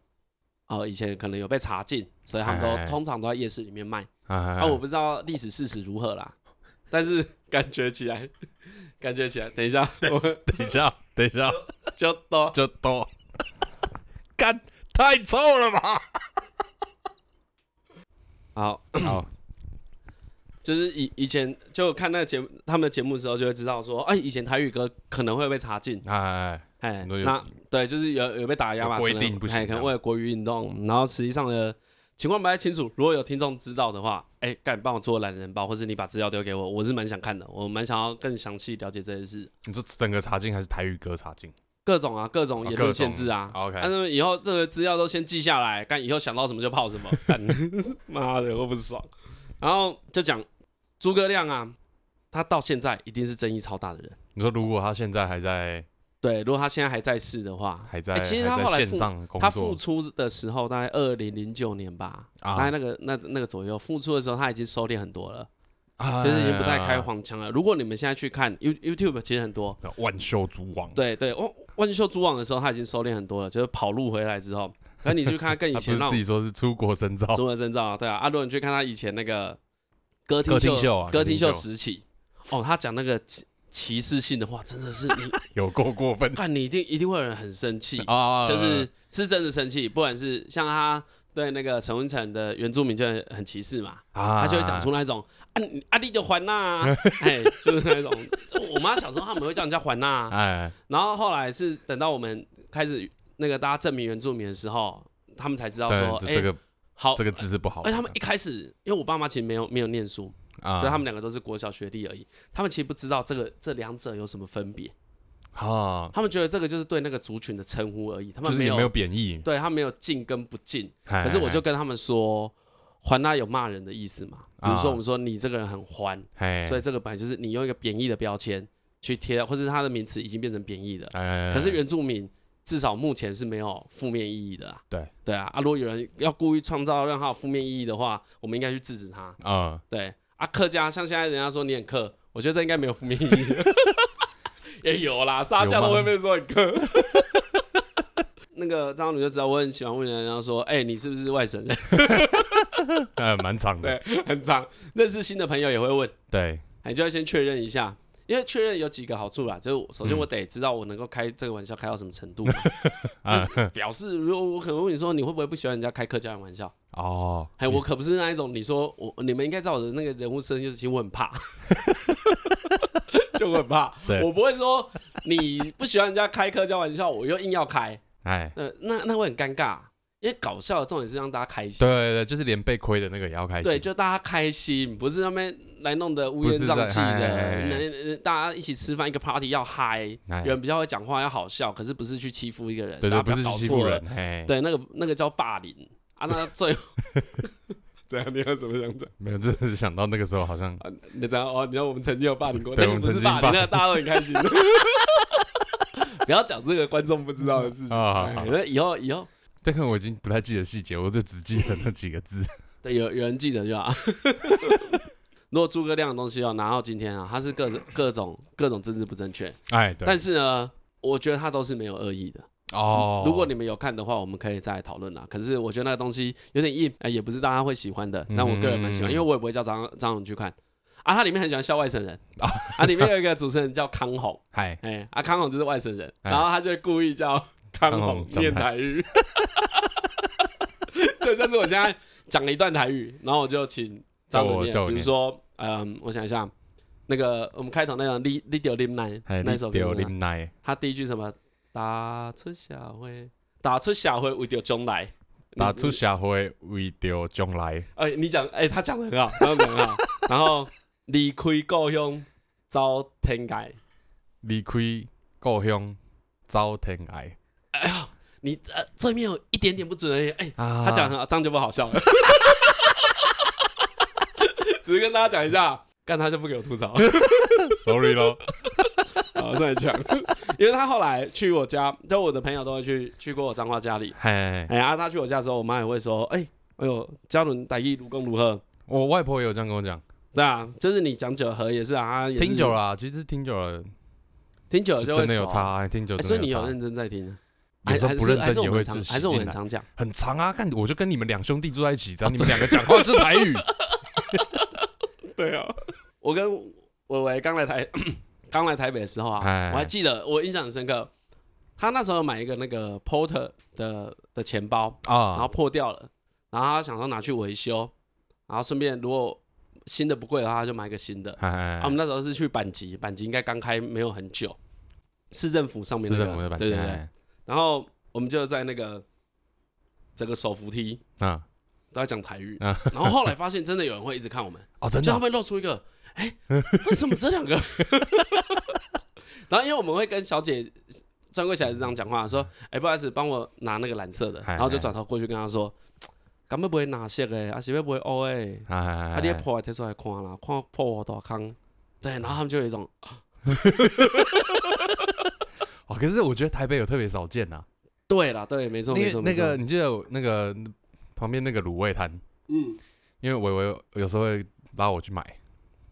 S1: 呃，以前可能有被查禁，所以他们
S2: 哎哎哎
S1: 都通常都在夜市里面卖。
S2: 啊
S1: 啊，我不知道历史事实如何啦，但是感觉起来， 感觉起来，等一下，我们
S2: 等一下，等一下，
S1: 就都
S2: 就多，干太臭了吧？
S1: 好，
S2: 好，
S1: 就是以以前就看那个节目，他们的节目的时候，就会知道说，哎，以前台语歌可能会被查禁，
S2: 哎，
S1: 哎，
S2: 很多有
S1: 那对，就是有有被打压嘛，
S2: 有规
S1: 可能
S2: 定不行
S1: 哎，可能
S2: 这样
S1: 为了国语运动，然后实际上的情况不太清楚。如果有听众知道的话，哎，干帮我做懒人包，或是你把资料丢给我，我是蛮想看的，我蛮想要更详细了解这件事。
S2: 你说整个查禁还是台语歌查禁？
S1: 各种啊，各种
S2: 哦
S1: 言
S2: 各
S1: 论
S2: 种
S1: 限制啊。
S2: OK
S1: 但是以后这个资料都先记下来，干以后想到什么就泡什么。干 妈的，我不爽。然后就讲诸葛亮啊，他到现在一定是争议超大的人。
S2: 你说如果他现在还在
S1: 对，如果他现在还在世的话，
S2: 还在，
S1: 哎其实他
S2: 还
S1: 后
S2: 在
S1: 来
S2: 线
S1: 复
S2: 上工
S1: 他
S2: 作
S1: 复出的时候大概二零零九年吧，
S2: 啊
S1: 大概那个那那个左右复出的时候，他已经收敛很多了，
S2: 啊
S1: 就是已经不太开黄腔了。如果你们现在去看 You YouTube，其实很多，
S2: 万秀之王，
S1: 对对，哦，万秀蛛网的时候他已经收敛很多了，就是跑路回来之后，可你去看 他跟以
S2: 他不
S1: 前
S2: 是
S1: 那种
S2: 自己哦说是出国深造，
S1: 中文深造啊，对啊，啊，如果你去看他以前那个歌
S2: 歌
S1: 厅
S2: 厅秀
S1: 秀
S2: 啊
S1: 歌
S2: 歌厅
S1: 厅秀
S2: 秀
S1: 时期，哦，他讲那个歧歧视性的话，真的是你
S2: 有够过分
S1: 看你一定一定会有人很生气，
S2: 啊！
S1: 就是是真的生气，不管是像他对那个陈文成的原住民就很很歧视嘛，
S2: 啊，
S1: 他就会讲出那种啊你啊你就还呐、 啊，哎，就是那种，就我妈小时候他们会叫人家还呐、啊，
S2: 哎，
S1: 然后后来是等到我们开始那个大家证明原住民的时候，他们才知道说，
S2: 对，
S1: 哎、
S2: 这个
S1: 好，哎
S2: 这个字是不好的，
S1: 而且他们一开始，因为我爸妈其实没有没有念书，
S2: 啊，
S1: 所以他们两个都是国小学历而已，他们其实不知道这个这两者有什么分别，
S2: 啊，
S1: 他们觉得这个就是对那个族群的称呼而已，他
S2: 就
S1: 们
S2: 是
S1: 没
S2: 也
S1: 有
S2: 没有贬义，哎
S1: 对他没有进跟不进。
S2: 可
S1: 可是我就跟他们说，还他有骂人的意思嘛？比如
S2: 啊
S1: 说我们说你这个人很欢，
S2: 哎，
S1: 所以这个本来就是你用一个贬义的标签去贴，或是他的名词已经变成贬义的。
S2: 哎，
S1: 可是原住民至少目前是没有负面意义的啊。
S2: 对
S1: 对啊，啊，如果有人要故意创造让他有负面意义的话，我们应该去制止他。
S2: 啊，
S1: 对啊，客家像现在人家说你很客，我觉得这应该没有负面意 义。也有啦，沙
S2: 有
S1: 家
S2: 吗
S1: 都会被说很客。 那个张女就知道我很喜欢问人家说，哎、你是不是外省人？
S2: 呃，蛮长的，
S1: 很长。认识新的朋友也会问，
S2: 对，
S1: 你就要先确认一下，因为确认有几个好处啦，就是我
S2: 嗯
S1: 首先我得知道我能够开这个玩笑开到什么程 度嘛，
S2: 哎
S1: 那表示如果我可能问你说你会不会不喜欢人家开客家人玩笑？
S2: 哦，
S1: 哎，我可不是那一种，你说我你们应该知道我的那个人物设定，就是其实我很 怕，就我很怕
S2: 对，
S1: 我不会说你不喜欢人家开客家玩笑，我又硬要开，
S2: 哎，
S1: 呃，那那会很尴尬，因为搞笑的重点是让大家开心
S2: 对。对对，就是连被亏的那个也要开心。
S1: 对，就大家开心，不是那边来弄得乌
S2: 不
S1: 烟
S2: 是
S1: 瘴
S2: 在哎
S1: 气
S2: 嗨
S1: 的
S2: 嗨嗨，
S1: 那那大家一起吃饭，一个 party 要嗨，
S2: 哎
S1: 人比较会讲话，要好笑，可是不是去欺负一个人，
S2: 对
S1: 大
S2: 对，
S1: 家
S2: 不
S1: 要
S2: 是
S1: 搞
S2: 欺
S1: 错
S2: 负
S1: 了
S2: 人，哎嘿，
S1: 对，那个那个叫霸凌啊。那 最后怎样？你有什么想讲？
S2: 没有，真的是想到那个时候好像
S1: 啊你知道哦？你知道我们曾经有霸凌过，
S2: 对
S1: 但是
S2: 我们
S1: 不是
S2: 曾经
S1: 霸
S2: 霸
S1: 凌，那个大家都很开心。 不要讲这个观众不知道的事情。
S2: 啊，
S1: 哎那以后以后，
S2: 但可能我已经不太记得细节，我就只记得那几个 字。
S1: 对有有人记得就好。 如果诸葛亮的东西哦，拿到今天啊，他是各种各种各种政治不正确，
S2: 哎，对，
S1: 但是呢，我觉得他都是没有恶意的。
S2: 哦，
S1: 嗯如果你们有看的话，我们可以再讨论啦。可是我觉得那个东西有点硬，哎，也不是大家会喜欢的。但我个人蛮喜欢，
S2: 嗯
S1: 因为我也不会叫张张勇去看。啊，他里面很喜欢笑外省人
S2: 哦
S1: 啊，里面有一个主持人叫康宏，
S2: 嗨，
S1: 哎，啊康宏就是外省人，
S2: 哎
S1: 然后他就会故意叫康
S2: 康
S1: 宏
S2: 宏
S1: 念
S2: 讲
S1: 台语，就像是我现在讲了一段台语，然后我就请张勇
S2: 叫
S1: 念，
S2: 我叫我
S1: 比如
S2: 念
S1: 说，嗯，我想一下，那个我们开头那个 Li Li 丢 Lim
S2: 嗨，
S1: Nine 那首歌是
S2: 丢
S1: 什么
S2: 林奈，
S1: 他第一句什么？打出社会，打出社会为着将来。
S2: 打
S1: 你
S2: 出社会为着将来，
S1: 哎、你讲哎、他讲的很好，他讲的很好。然后离开故乡遭天改，
S2: 离开故乡遭天涯。
S1: 哎你呃这面有一点点不准而已。哎、
S2: 啊
S1: 他讲得很好，这样就不好笑了。 只是跟大家讲一下，干他就不给我吐 槽。
S2: sorry 咯，
S1: 好，再讲，因为他后来去我家，就我的朋友都会去去过我彰化家里。
S2: 嘿，
S1: 哎、呀、他去我家的时候，我妈也会说，哎、哎呦，嘉伦歹意如公如何？
S2: 我外婆也有这样跟我讲，
S1: 对啊，就是你讲久了和也是啊，也是
S2: 听久了啊，其实听久了
S1: 听久了
S2: 是
S1: 就会
S2: 真的有
S1: 熟
S2: 差啊，听久
S1: 哎
S2: 了
S1: 所以
S2: 真的
S1: 你有
S2: 有差
S1: 认。真在听啊？
S2: 有
S1: 还
S2: 时候
S1: 还
S2: 不
S1: 是
S2: 认
S1: 还是
S2: 真
S1: 我
S2: 也
S1: 们
S2: 会啊
S1: 常
S2: 就
S1: 还是我很
S2: 洗进来
S1: 常讲，哦
S2: 很长啊，干我就跟你们两兄弟住在一起，只要你们两个讲话就是台语，
S1: 对啊，我跟伟伟刚来台刚来台北的时候啊，
S2: 哎
S1: 我还记得我印象很深刻，他那时候买一个那个 Porter 的的钱包，然后
S2: 啊，
S1: 破掉了，然后他想说拿去维修，然后顺便如果新的不贵的话，他就买一个新的。
S2: 哎
S1: 啊，我们那时候是去板级，板级应该刚开没有很久，市政府上面那
S2: 是
S1: 个，
S2: 我的哎版
S1: 对对对。
S2: 权，
S1: 然后我们就在那个整个手扶梯
S2: 嗯，
S1: 都在讲台语，
S2: 嗯
S1: 然后后来发现真的有人会一直看我们，
S2: 哦，真
S1: 就
S2: 的
S1: 他
S2: 啊，
S1: 们露出一个，哎、为什么这两个？然后因为我们会跟小姐专柜小姐这样讲话，说，哎、不好意思，帮我拿那个蓝色的，
S2: 嗨
S1: 然后就转头过去跟她说，敢要不会拿色的，啊是要不会黑的，
S2: 哎哎哎
S1: 啊你的破的摕出来看啦，看破我大坑。对，然后他们就有一种，
S2: 哦，可是我觉得台北有特别少见呐，
S1: 对啦，对，没错，
S2: 因
S1: 没
S2: 为
S1: 错，
S2: 那
S1: 没错
S2: 个，你记得有那个旁边那个卤味摊，
S1: 嗯，
S2: 因为伟伟有时候会拉我去买，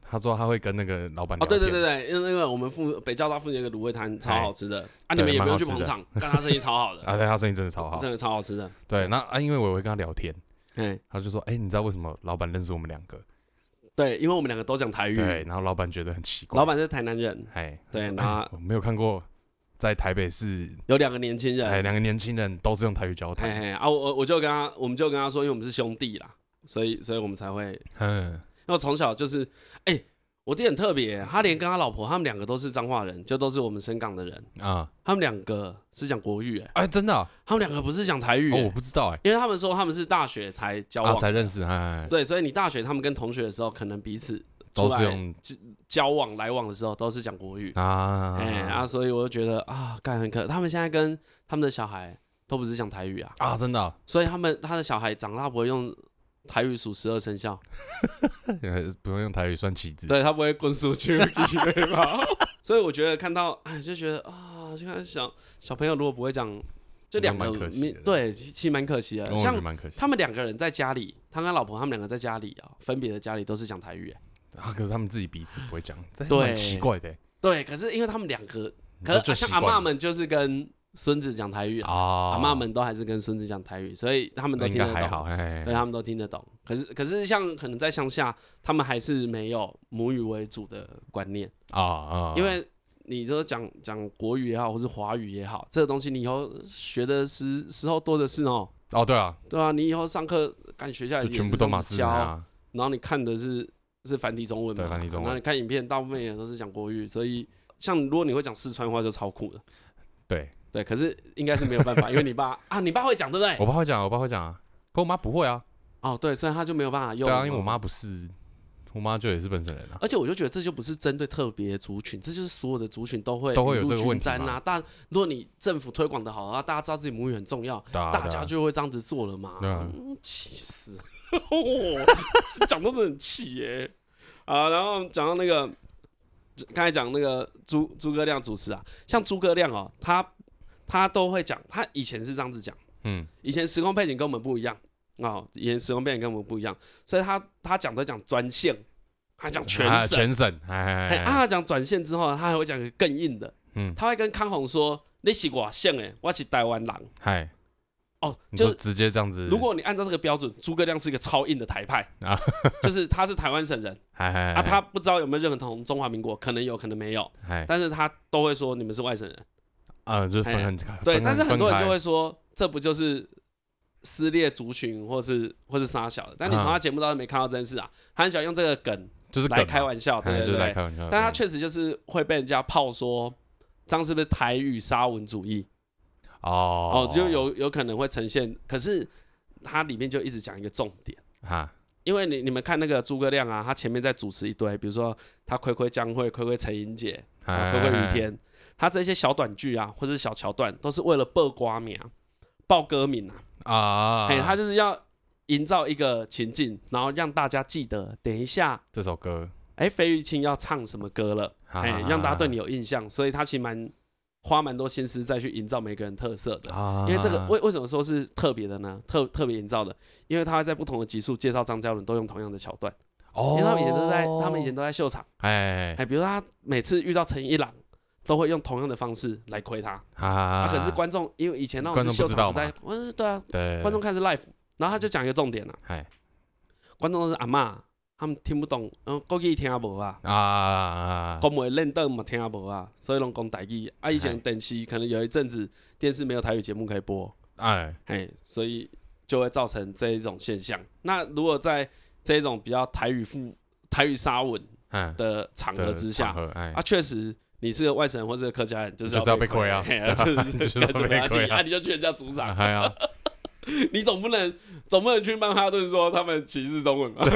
S2: 他说他会跟那个老板
S1: 哦，
S2: 聊
S1: 对
S2: 天，哎
S1: 对对对，因为那个我们附北交大附近有个卤味摊，超好吃的啊！
S2: 对
S1: 你们也不
S2: 蛮
S1: 用
S2: 好
S1: 去
S2: 吃的
S1: 捧场，但他生意超好的，
S2: 啊，对他生意真的超好，
S1: 真的超好吃的。
S2: 对，那啊，因为伟伟跟他聊天，
S1: 哎，
S2: 他就说，哎，你知道为什么老板认识我们两个？
S1: 对，因为我们两个都讲台语，
S2: 对，然后老板觉得很奇怪，
S1: 老板是台南人，
S2: 哎，
S1: 对
S2: 他说
S1: 然后
S2: 哎我没有看过在台北市，
S1: 有两个年轻人，
S2: 哎，两个年轻人都是用台语交
S1: 呃嘿
S2: 谈，
S1: 嘿啊，我我我就跟他，我们就跟他说，因为我们是兄弟啦，所以所以我们才会，
S2: 嗯，
S1: 因为从小就是，哎、我弟很特别，他连跟他老婆，他们两个都是彰化人，就都是我们深港的人，
S2: 啊，
S1: 他们两个是讲国语、哎，
S2: 哎，真的啊，
S1: 他们两个不是讲台语、
S2: 哦，
S1: 哎
S2: 我不知道，哎，
S1: 因为他们说他们是大学才交
S2: 啊，
S1: 往，
S2: 才认识，哎，
S1: 对，所以你大学他们跟同学的时候，可能彼此出
S2: 都是
S1: 来
S2: 用
S1: 交往来往的时候都是讲国语，
S2: 啊，
S1: 哎、啊，所以我就觉得啊，干很可，他们现在跟他们的小孩都不是讲台语啊，
S2: 啊，真的啊，
S1: 所以他们他的小孩长大不会用台语数十二生肖，
S2: 嗯呃不用用台语算棋子，
S1: 嗯对他不会滚数去对 吧？所以我觉得看到，哎，就觉得啊，现在小小朋友如果不会讲，就两个
S2: 那蛮可惜的
S1: 民对，其其实蛮可惜的。
S2: 我觉得
S1: 像
S2: 蛮可惜
S1: 他们两个人在家里，他跟他老婆他们两个在家里啊，分别的家里都是讲台语，哎
S2: 啊，可是他们自己彼此不会讲，这
S1: 对
S2: 蛮奇怪的欸，
S1: 对，可是因为他们两个，
S2: 你
S1: 可
S2: 说
S1: 是啊
S2: 就习
S1: 像阿
S2: 惯
S1: 嬷
S2: 了
S1: 们就是跟孙子讲台语啊，
S2: 啊，
S1: 阿嬷们都还是跟孙子讲台语，所以他们都
S2: 那应
S1: 听
S2: 该
S1: 得
S2: 还
S1: 懂。
S2: 好，哎，
S1: 对他啊们都听得懂。可是可是像可能在乡下，他们还是没有母语为主的观念，
S2: 啊啊，
S1: 因为你说讲讲国语也好，或是华语也好，这个东西你以后学的时时候多的是哦，
S2: 哦对啊，
S1: 对啊，你以后上课干学校
S2: 就
S1: 也
S2: 全
S1: 是
S2: 部
S1: 这
S2: 都
S1: 样
S2: 马
S1: 子
S2: 斯
S1: 教，
S2: 啊，
S1: 然后你看的是是繁体中文嘛，
S2: 对繁体中文
S1: 然后你看影片，大部分也都是讲国语，所以像如果你会讲四川话就超酷的，
S2: 对
S1: 对，可是应该是没有办法，因为你爸 啊，你爸会讲对不对？
S2: 我爸会讲，我爸会讲啊，可我妈不会啊，
S1: 哦，对，所以他就没有办法用。
S2: 对啊，因为我妈不是，我妈就也是本省人啊，
S1: 而且我就觉得这就不是针对特别族群，这就是所有的族群都会
S2: 都会有
S1: 雨露
S2: 这个
S1: 均
S2: 问题
S1: 沾
S2: 嘛
S1: 啊。但如果你政府推广的好啊，大家知道自己母语很重要，
S2: 对啊，
S1: 大
S2: 对
S1: 家
S2: 啊
S1: 就会这样子做了嘛。
S2: 对啊
S1: 嗯气死！ 哦讲到真的很气耶、啊，然后讲到那个，刚才讲那个诸诸葛亮主持啊，像诸葛亮哦，他他都会讲，他以前是这样子讲。
S2: 嗯，
S1: 以前时空背景跟我们不一样哦，以前时空背景跟我们不一样，所以他他讲都讲专线，他讲全
S2: 啊
S1: 省，
S2: 全省，哎哎
S1: 嘿
S2: 哎
S1: 啊，他讲转线之后，他还会讲一个更硬的，
S2: 嗯，
S1: 他会跟康宏说：“你是外省的，我是台湾人。
S2: 嗨，”
S1: 哦，
S2: 你
S1: 就
S2: 就是直接这样子，
S1: 如果你按照这个标准，诸葛亮是一个超硬的台派
S2: 啊哎
S1: 就是他是台湾省 人
S2: 嗨嗨
S1: 啊，他不知道有没有认同中华民国，可能有可能没有，
S2: 嗨，
S1: 但是他都会说你们是外省人。
S2: 嗯，就是分
S1: 哎
S2: 很开
S1: 对，
S2: 分
S1: 但是很
S2: 分
S1: 多人
S2: 开
S1: 就会说，这不就是撕裂族群，或是或是杀小的？但你从
S2: 嗯
S1: 他节目当中没看到这件事啊，他很喜欢用这个梗
S2: 就是
S1: 来
S2: 梗
S1: 开
S2: 嘛
S1: 玩笑，
S2: 哎
S1: 对
S2: 就
S1: 对
S2: 是来
S1: 对。
S2: 开玩笑的，
S1: 但他确实就是会被人家泡说，这样是不是台语沙文主义？
S2: 哦
S1: 哦，就有有可能会呈现。可是他里面就一直讲一个重点。
S2: 哈，
S1: 因为你你们看那个诸葛亮啊，他前面在主持一堆，比如说他亏亏江蕙、亏亏陈英姐、
S2: 哎
S1: 啊亏亏于天，他这些小短剧啊，或是小桥段，都是为了曝光名、报歌名啊，
S2: 啊，
S1: 哎、他就是要营造一个情境，然后让大家记得，等一下，
S2: 这首歌，
S1: 哎、费玉清要唱什么歌了，
S2: 啊
S1: 哎、让大家对你有印象，所以他其实蛮花蛮多心思再去营造每个人特色的。
S2: 啊，
S1: 因为这个为为什么说是特别的呢？特特别营造的，因为他会在不同的集数介绍张嘉伦都用同样的桥段，因
S2: 哦，
S1: 为他们以前都在他们以前都在秀场，
S2: 哎
S1: 哎，比如说他每次遇到陈一郎，都会用同样的方式来亏他，啊，
S2: 啊，
S1: 可是观众因为以前那种是
S2: 观
S1: 秀
S2: 众不知
S1: 场
S2: 道
S1: 时代
S2: 嘛，
S1: 嗯，对啊，
S2: 对
S1: 观众看是 live，然后他就讲一个重点啊，
S2: 哎
S1: 观众都是阿嬷，他们听不懂，嗯，国语听无啊。
S2: 啊，
S1: 讲话认得嘛听无啊，所以拢讲台语。啊，以前
S2: 哎
S1: 电视可能有一阵子电视没有台语节目可以播，
S2: 哎
S1: 哎，所以就会造成这一种现象。那如果在这一种比较台语复台语沙文
S2: 嗯
S1: 的场合
S2: 的
S1: 之下
S2: 场，合哎
S1: 啊，确实你是个外省人或是个客家人，就是
S2: 就是要被亏啊
S1: 嘿就是
S2: 就
S1: 该
S2: 是要
S1: 怎么样
S2: 被亏
S1: 你
S2: 啊
S1: 啊，你就去人家主场，
S2: 哎呀，
S1: 你总不能总不能去曼哈顿说他们歧视中 文吧？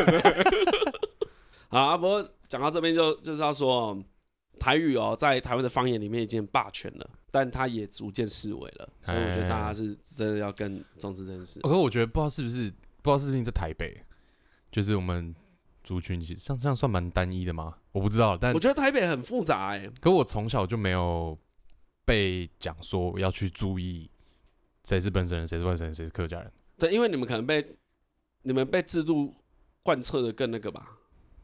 S1: 好啊，不过讲到这边就就是要说哦台语哦，在台湾的方言里面已经很霸权了，但它也逐渐式微了，所
S2: 哎
S1: 以我觉得大家是真的要更重视这件事。
S2: 可是我觉得不知道是不是不知道是不是在台北，就是我们族群其实像这样算蛮单一的吗？我不知道，但
S1: 我觉得台北很复杂哎、
S2: 可我从小就没有被讲说要去注意谁是本省人，谁是外省人，谁是客家人。
S1: 对，因为你们可能被你们被制度贯彻的更那个吧？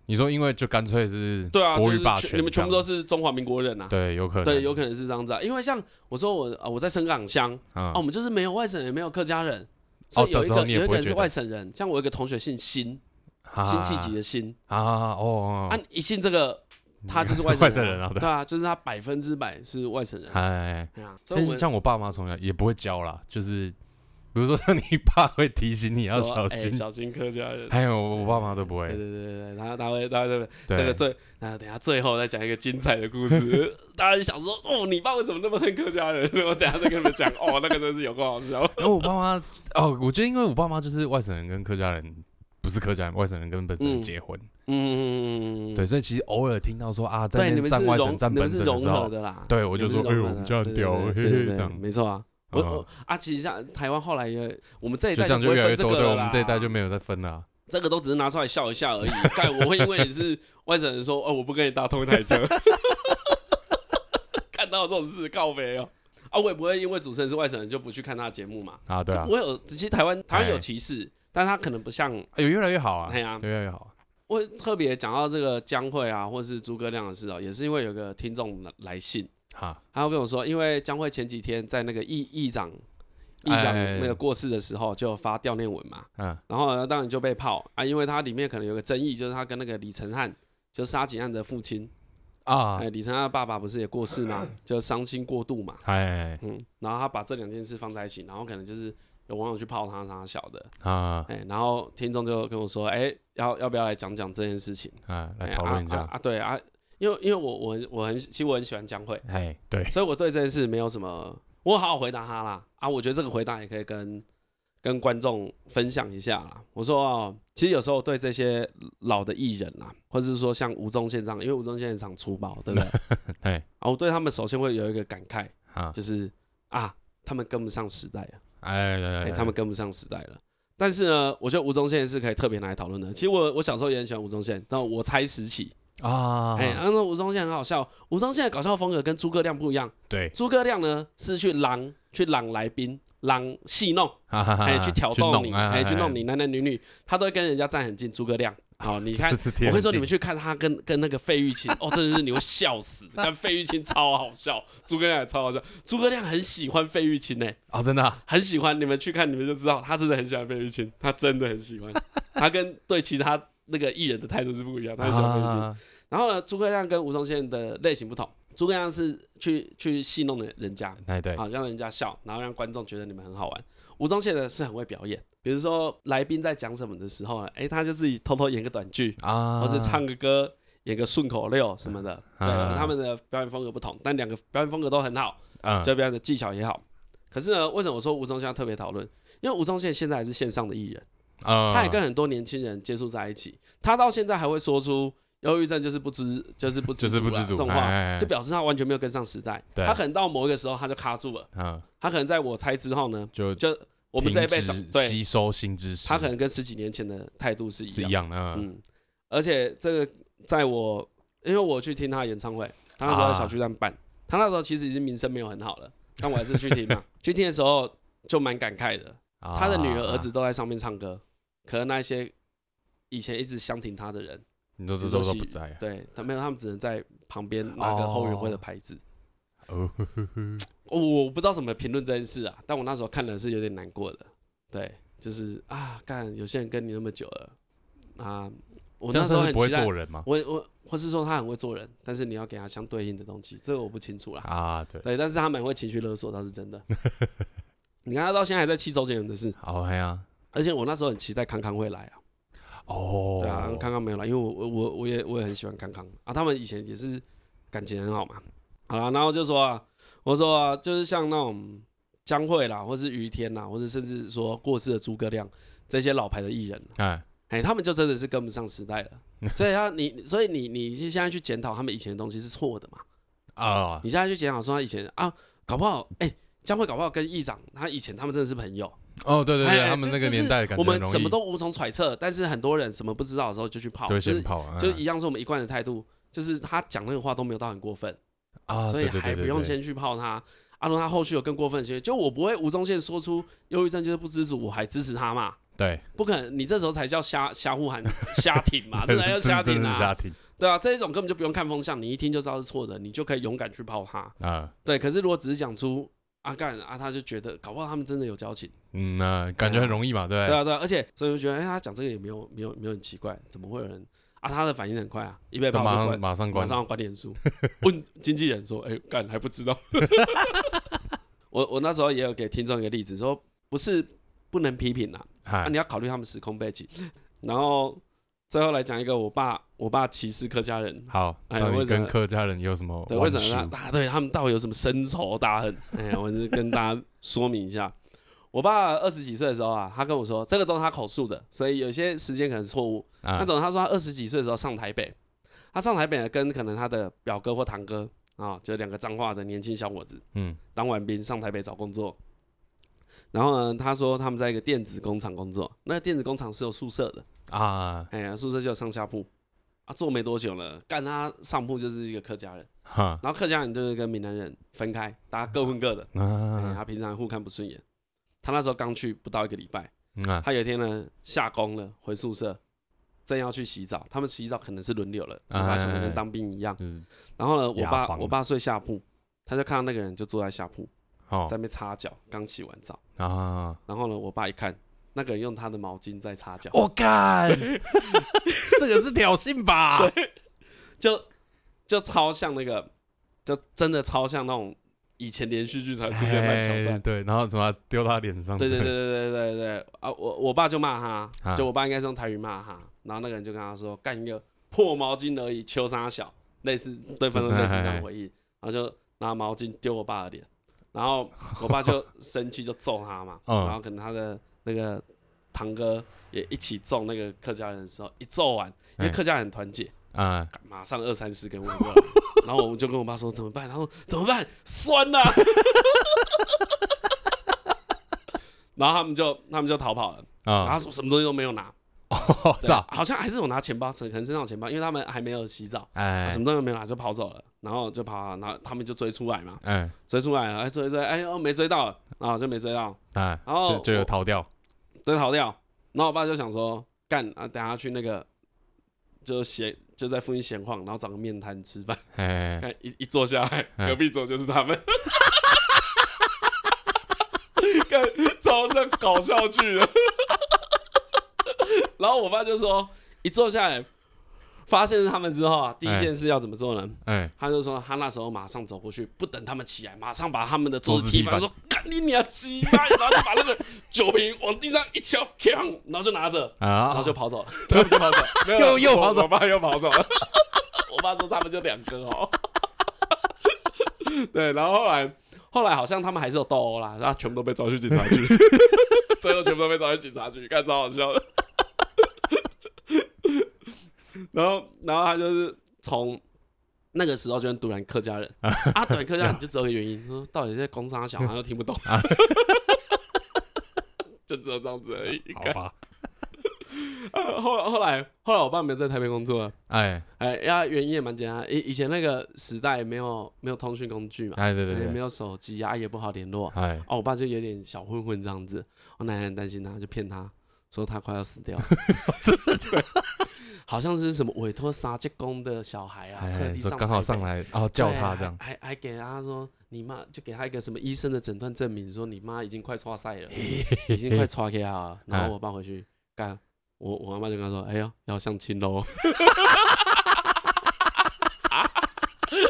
S2: 你说因为就干脆是
S1: 对啊，
S2: 国
S1: 就
S2: 语
S1: 是
S2: 霸
S1: 全
S2: 权，
S1: 你们全部都
S2: 是
S1: 是中华民国人啊。
S2: 对，有可能，
S1: 对，有可能是这样子啊，因为像我说我啊，我在深港乡
S2: 啊
S1: 啊，我们就是没有外省人，没有客家人，所以有一
S2: 哦到时
S1: 个
S2: 候你也
S1: 有一
S2: 不
S1: 个
S2: 会
S1: 人是
S2: 觉得
S1: 外省人，像我有一个同学姓辛，辛弃疾的辛
S2: 啊啊哦，
S1: 啊
S2: 哦，
S1: 一姓这个他就是 外
S2: 外
S1: 省
S2: 省
S1: 人
S2: 人啊对
S1: 对啊，就是他百分之百是外省人
S2: 哎哎，哎
S1: 啊，所以
S2: 但
S1: 我
S2: 是
S1: 们
S2: 像我爸妈从小也不会教啦，就是比如说 像你爸会提醒你要
S1: 说
S2: 小
S1: 哎
S2: 心，
S1: 小心客家 人，啊
S2: 还有我爸妈都不
S1: 对对
S2: 会，
S1: 对对，对然后他会他会
S2: 对
S1: 这个最，那等一下最后再讲一个精彩的故 事。大家就想说，哦，你爸为什么那么恨客家人？ 我等一下再跟你们讲，哦，那个真是有够好 笑。
S2: 然后我爸妈哦，我觉得因为我爸妈就是外省人跟客家人，不是客家人，外省人跟本省
S1: 嗯
S2: 人结婚，
S1: 嗯，
S2: 对，所以其实偶尔听到说啊，在
S1: 对，
S2: 那
S1: 你
S2: 边
S1: 们是
S2: 站外省
S1: 融，
S2: 站
S1: 你
S2: 本
S1: 们是
S2: 省
S1: 融
S2: 时
S1: 合
S2: 候，
S1: 的啦。
S2: 对我就说，
S1: 你
S2: 哎
S1: 们是
S2: 呦，
S1: 融合的
S2: 我们家很屌，
S1: 对
S2: 嘿
S1: 对对
S2: 嘿，
S1: 对
S2: 这
S1: 对，
S2: 样，
S1: 没错啊。我我
S2: 嗯
S1: 啊，其实像台湾后来也，我们这一
S2: 就
S1: 代
S2: 这样
S1: 不
S2: 就
S1: 会
S2: 越来越
S1: 分这
S2: 多，
S1: 个
S2: 对，我
S1: 了啦
S2: 们这一代就没有再分了啊，
S1: 这个都只是拿出来笑一下而已。干，我会因为你 是外省人说，哦，我不跟你搭同一台车。 看到这种事，告别哦。啊，我也不会因为主持人是外省人就不去看他的节目嘛。
S2: 啊，对啊，
S1: 我有，其实台湾台湾有
S2: 哎
S1: 歧视，但他可能不像
S2: 哎有越来越好啊，
S1: 哎呀
S2: 有越来越好，
S1: 我特别讲到这个江蕙啊，或是诸葛亮的事哦、也是因为有个听众来来信，
S2: 哈，
S1: 他跟我说，因为江蕙前几天在那个议议长议长
S2: 哎
S1: 那个过世的时候，就发悼念文嘛，
S2: 嗯，
S1: 然后呢，当然就被泡啊，因为他里面可能有个争议，就是他跟那个李承翰。就杀警案的父亲，
S2: 啊
S1: 哎、，李承翰的爸爸不是也过世吗？ 就伤心过度嘛，
S2: 哎
S1: 嗯，然后他把这两件事放在一起，然后可能就是有网友去泡他，他小的，
S2: 啊
S1: 哎、然后听众就跟我说，哎、要要不要来讲讲这件事情？
S2: 啊，
S1: 哎
S2: 来讨论一
S1: 啊
S2: 下
S1: 啊，啊对啊，因为因为我我我很其实我很喜欢江蕙，
S3: 哎，
S2: 对，
S1: 所以我对这件事没有什么，我好好回答他啦。啊，我觉得这个回答也可以跟跟观众分享一下啦。我说、哦，其实有时候对这些老的艺人啦，或者是说像吴宗宪这样，因为吴宗宪很常出包， 对不对？
S2: 哎
S1: 啊，我对他们首先会有一个感慨，
S2: 啊，
S1: 就是啊，他们跟不上时代啊，
S2: 哎哎
S1: 哎、他们跟不上时代了。但是呢，我觉得吴宗宪是可以特别拿来讨论的。其实我我小时候也很喜欢吴宗宪，但我猜时起，
S2: 啊，
S1: 哎、啊，那吴宗宪很好笑。吴宗宪的搞笑风格跟诸葛亮不一样，
S2: 对，
S1: 诸葛亮呢是去狼去狼来宾，狼戏弄，
S2: 哈哈哈
S1: 哎、去挑逗你，哎、去弄，
S2: 啊弄啊
S1: 你，男男女女，他都会跟人家站很近。诸葛亮，好、你看
S2: 这，是天
S1: 我会说你
S2: 性
S1: 们去看他跟跟那个费玉清，哦，真的是你会笑死，但费玉清超好笑，诸葛亮也超好笑，诸葛亮很喜欢费玉清呢、
S2: 啊，真的啊
S1: 很喜欢，你们去看你们就知道，他真的很喜欢费玉清，他真的很喜欢，他跟对其他那个艺人的态度是不一样，他很喜欢费玉清。
S2: 啊
S1: 然后呢，诸葛亮跟吴宗宪的类型不同，诸葛亮是去去戏弄的人家，
S2: 哎对，
S1: 好让人家笑，然后让观众觉得你们很好玩。吴宗宪呢是很会表演，比如说来宾在讲什么的时候呢，哎，他就自己偷偷演个短剧，
S2: 啊，
S1: 或是唱个歌，演个顺口溜什么的。对，
S2: 啊
S1: 他们的表演风格不同，但两个表演风格都很好，
S2: 嗯，
S1: 这边的技巧也好。可是呢，为什么我说吴宗宪要特别讨论？因为吴宗宪现在还是线上的艺人，他
S2: 他
S1: 也跟很多年轻人接触在一起，他到现在还会说出忧郁症就是不知就是不知
S2: 就是不
S1: 足啊
S2: 知足
S1: 这种
S2: 哎哎
S1: 话，
S2: 哎
S1: 就表示他完全没有跟上时代。
S2: 对
S1: 他可能到某一个时候他就卡住了，
S2: 嗯，
S1: 他可能在我猜之后呢，
S2: 就
S1: 就我们这一辈
S2: 停
S1: 长
S2: 止
S1: 对
S2: 吸收新知识，
S1: 他可能跟十几年前的态度是一
S2: 是一
S1: 样，
S2: 样的，嗯
S1: 嗯，而且这个在我因为我去听他演唱会，他那时候
S2: 啊
S1: 在小巨蛋办，他那时候其实已经名声没有很好了，但我还是去听 嘛，去听的时候就蛮感慨的，他的女儿、儿，
S2: 啊
S1: 子都在上面唱歌，可能那些以前一直相挺他的人，
S2: 你都
S1: 比
S2: 都
S1: 如说
S2: 都都
S1: 喜
S2: 不在啊
S1: 对他没有，他们只能在旁边拿个后援会的牌子。
S2: 哦，
S1: 我我不知道怎么评论这件事啊，但我那时候看了是有点难过的。对，就是啊，干有些人跟你那么久了啊，我
S2: 这
S1: 那
S2: 样
S1: 时候
S2: 算是
S1: 很
S2: 不会
S1: 期待
S2: 做，人嘛，
S1: 我我或是说他很会做人，但是你要给他相对应的东西，这个我不清楚啦。
S2: 啊，对，
S1: 对，但是他蛮会情绪勒索，倒是真 的。你看他到现在还在气周杰伦的事，
S2: 好哎呀，
S1: 而且我那时候很期待康康会来啊。
S2: 哦，
S1: 对啊，康康没有来，因为我我我我也我也很喜欢康康啊，他们以前也是感情很好嘛。好啦，然后就说啊，我说啊，就是像那种江蕙啦，或是于天啦，或者甚至说过世的诸葛亮这些老牌的艺人，
S2: 哎，
S1: 哎，他们就真的是跟不上时 代了。所以他你所以你你现在去检讨他们以前的东西是错的嘛？
S2: 啊，
S1: 你现在去检讨说他以前啊，搞不好哎。江蕙搞不好跟议长，他以前他们真的是朋友，
S2: 哦，对对
S1: 哎
S2: 对，
S1: 哎
S2: 他们
S1: 就
S2: 那
S1: 就
S2: 个
S1: 是
S2: 年代感觉
S1: 我
S2: 很
S1: 们
S2: 容易
S1: 什么都无从揣测，但是很多人什么不知道的时候就去跑，
S2: 对
S1: 就是
S2: 先跑啊，
S1: 就一样是我们一贯的态度，就是他讲那个话都没有到很过分，
S2: 啊，
S1: 所以
S2: 对对
S1: 还
S2: 对
S1: 不
S2: 对
S1: 用
S2: 对
S1: 先去泡他。阿龙、如果他后续有更过分的行为，就我不会吴宗宪说出忧郁症就是不知足，我还支持他嘛？
S2: 对，
S1: 不可能，你这时候才叫瞎瞎呼喊 瞎挺嘛，对
S2: 真
S1: 不对？啊要瞎
S2: 真
S1: 挺
S2: 的是家
S1: 啊，
S2: 庭
S1: 对啊，这一种根本就不用看风向，你一听就知道是错的，你就可以勇敢去泡他。
S2: 啊，
S1: 对，可是如果只是讲出阿干啊，他就觉得搞不好他们真的有交情，
S2: 嗯那感觉很容易嘛，对
S1: 对啊对啊，而且所以我就觉得，哎、他讲这个也没有没有没有很奇怪，怎么会有人啊？他的反应很快啊，一被
S2: 都
S1: 爆
S2: 马
S1: 就关
S2: 上马上
S1: 马
S2: 关，
S1: 上要管脸书，问经纪人说：“哎、干还不知道。 我”我那时候也有给听众一个例子，说不是不能批评啦，啊，
S2: 哎
S1: 你要考虑他们时空背景。然后最后来讲一个我爸，我爸歧视客家人，
S2: 好，
S1: 哎
S2: 到
S1: 为
S2: 底
S1: 什
S2: 跟
S1: 么
S2: 客家人有什么
S1: 对，为
S2: 弯
S1: 什么他
S2: 曲
S1: 他对他们到底有什么深仇大恨？ 哎、我就跟大家说明一下。我爸二十几岁的时候啊，他跟我说，这个都是他口述的，所以有些时间可能是错误。那
S2: 啊？
S1: 种他说他二十几岁的时候上台北，他上台北呢跟可能他的表哥或堂哥啊，就两个彰化的年轻小伙子，
S2: 嗯，
S1: 当完兵上台北找工作。然后呢，他说他们在一个电子工厂工作，那个电子工厂是有宿舍的，
S2: 啊，
S1: 哎呀，宿舍就有上下铺。啊，做没多久了，干他上铺就是一个客家人，
S2: 哈
S1: 然后客家人就是跟闽南人分开，大家各混各的，哎，
S2: 啊
S1: 他平常互看不顺眼。他那时候刚去不到一个礼拜，
S2: 嗯啊
S1: 他有一天呢下工了，回宿舍，正要去洗澡，他们洗澡可能是轮流了，
S2: 哎
S1: 他洗的跟当兵一样。
S2: 就是
S1: 然后呢，我
S2: 雅
S1: 爸
S2: 房
S1: 我爸睡下铺，他就看到那个人就坐在下铺，
S2: 哦
S1: 在那边擦脚，刚洗完澡。
S2: 啊，
S1: 然后呢，我爸一看，那个人用他的毛巾在擦脚，
S2: 我干，这个是挑衅吧？
S1: 就就超像那个，就真的超像那种以前连续剧才会出现的烂桥
S2: 哎
S1: 段。
S2: 对，然后怎么丢到他脸上？
S1: 对对对对对对对啊！我我爸就骂他，
S2: 啊
S1: 就我爸应该是用台语骂他，然后那个人就跟他说：“干一个破毛巾而已，秋沙小。”类似对方的类似这样回应，然后就拿毛巾丢我爸的脸，然后我爸就生气就揍他嘛，
S2: 嗯
S1: 然后可能他的那个堂哥也一起揍那个客家人的时候，一揍完，因为
S2: 哎
S1: 客家人很团结，
S2: 啊，
S1: 马上二三十给我过来， 然后我就跟我爸说怎么办，然后怎么办，酸啊呐、 然后他们就他们就逃跑了，然后
S2: 啊，
S1: 他说什么东西都没有拿，对
S2: 是啊，
S1: 好像还是有拿钱包，可能身上有钱包，因为他们还没有洗澡，
S2: 哎，
S1: 什么东西都没有拿就跑走了，然后就跑啊，然后他们就追出来嘛，
S2: 哎
S1: 追出来了，哎追追，哎呦没追到，然后就没追到，
S2: 哎，
S1: 然后
S2: 就就有
S1: 我
S2: 逃掉，
S1: 对，逃掉。然后我爸就想说，干啊，等下去那个就闲就在附近闲晃，然后找个面摊吃饭。
S2: 哎，
S1: 看一一坐下来，
S2: 嗯
S1: 隔壁桌就是他们， 看超像搞笑剧的。然后我爸就说，一坐下来，发现是他们之后啊，第一件事要怎么做呢？
S2: 哎，
S1: 他就说，他那时候马上走过去，不等他们起来，马上把他们的桌子踢翻，
S2: 桌
S1: 说：“干你娘鸡巴！”然后就把那个酒瓶往地上一敲，锵然后就拿着，然后
S2: 啊
S1: 就，跑走了，他们就跑走，没有啊
S2: 又又跑走
S1: 我爸又跑走了。 我爸说他们就两个哦。 对，然后后来后来好像他们还是有斗殴啦，然后全部都被抓去警察局， 最后全部都被抓去警察局，看超好笑的。 然后然后他就是从。那个时候就很堵然客家人啊，堵然客家 人就只有一个原因，说到底在攻杀小孩又听不懂，
S2: 啊
S1: 就只有这样子而已。
S2: 好吧，
S1: 呃 后后来后来我爸没有在台北工作了，
S2: 哎
S1: 哎，呀，原因也蛮简单，以以前那个时代没有没有通讯工具嘛，
S2: 哎，对对
S1: 也没
S2: 对，
S1: 有手机啊，也不好联络。
S2: 哎，
S1: 哦，我爸就有点小混混这样子，我奶奶很担心他，就骗他说他快要死 掉了， 好像是什么委托杀鸡工的小孩啊，特
S2: 哎，
S1: 地
S2: 说
S1: 上
S2: 刚好
S1: 台北
S2: 上来，哦，叫
S1: 对
S2: 他
S1: 还
S2: 这样，
S1: 还还给他说你妈就给他一个什么医生的诊断证明，说你妈已经快刷赛了，已经快刷给他了。
S2: 哎
S1: 然后我爸回去干，我我妈妈就跟他说，哎呦要相亲喽。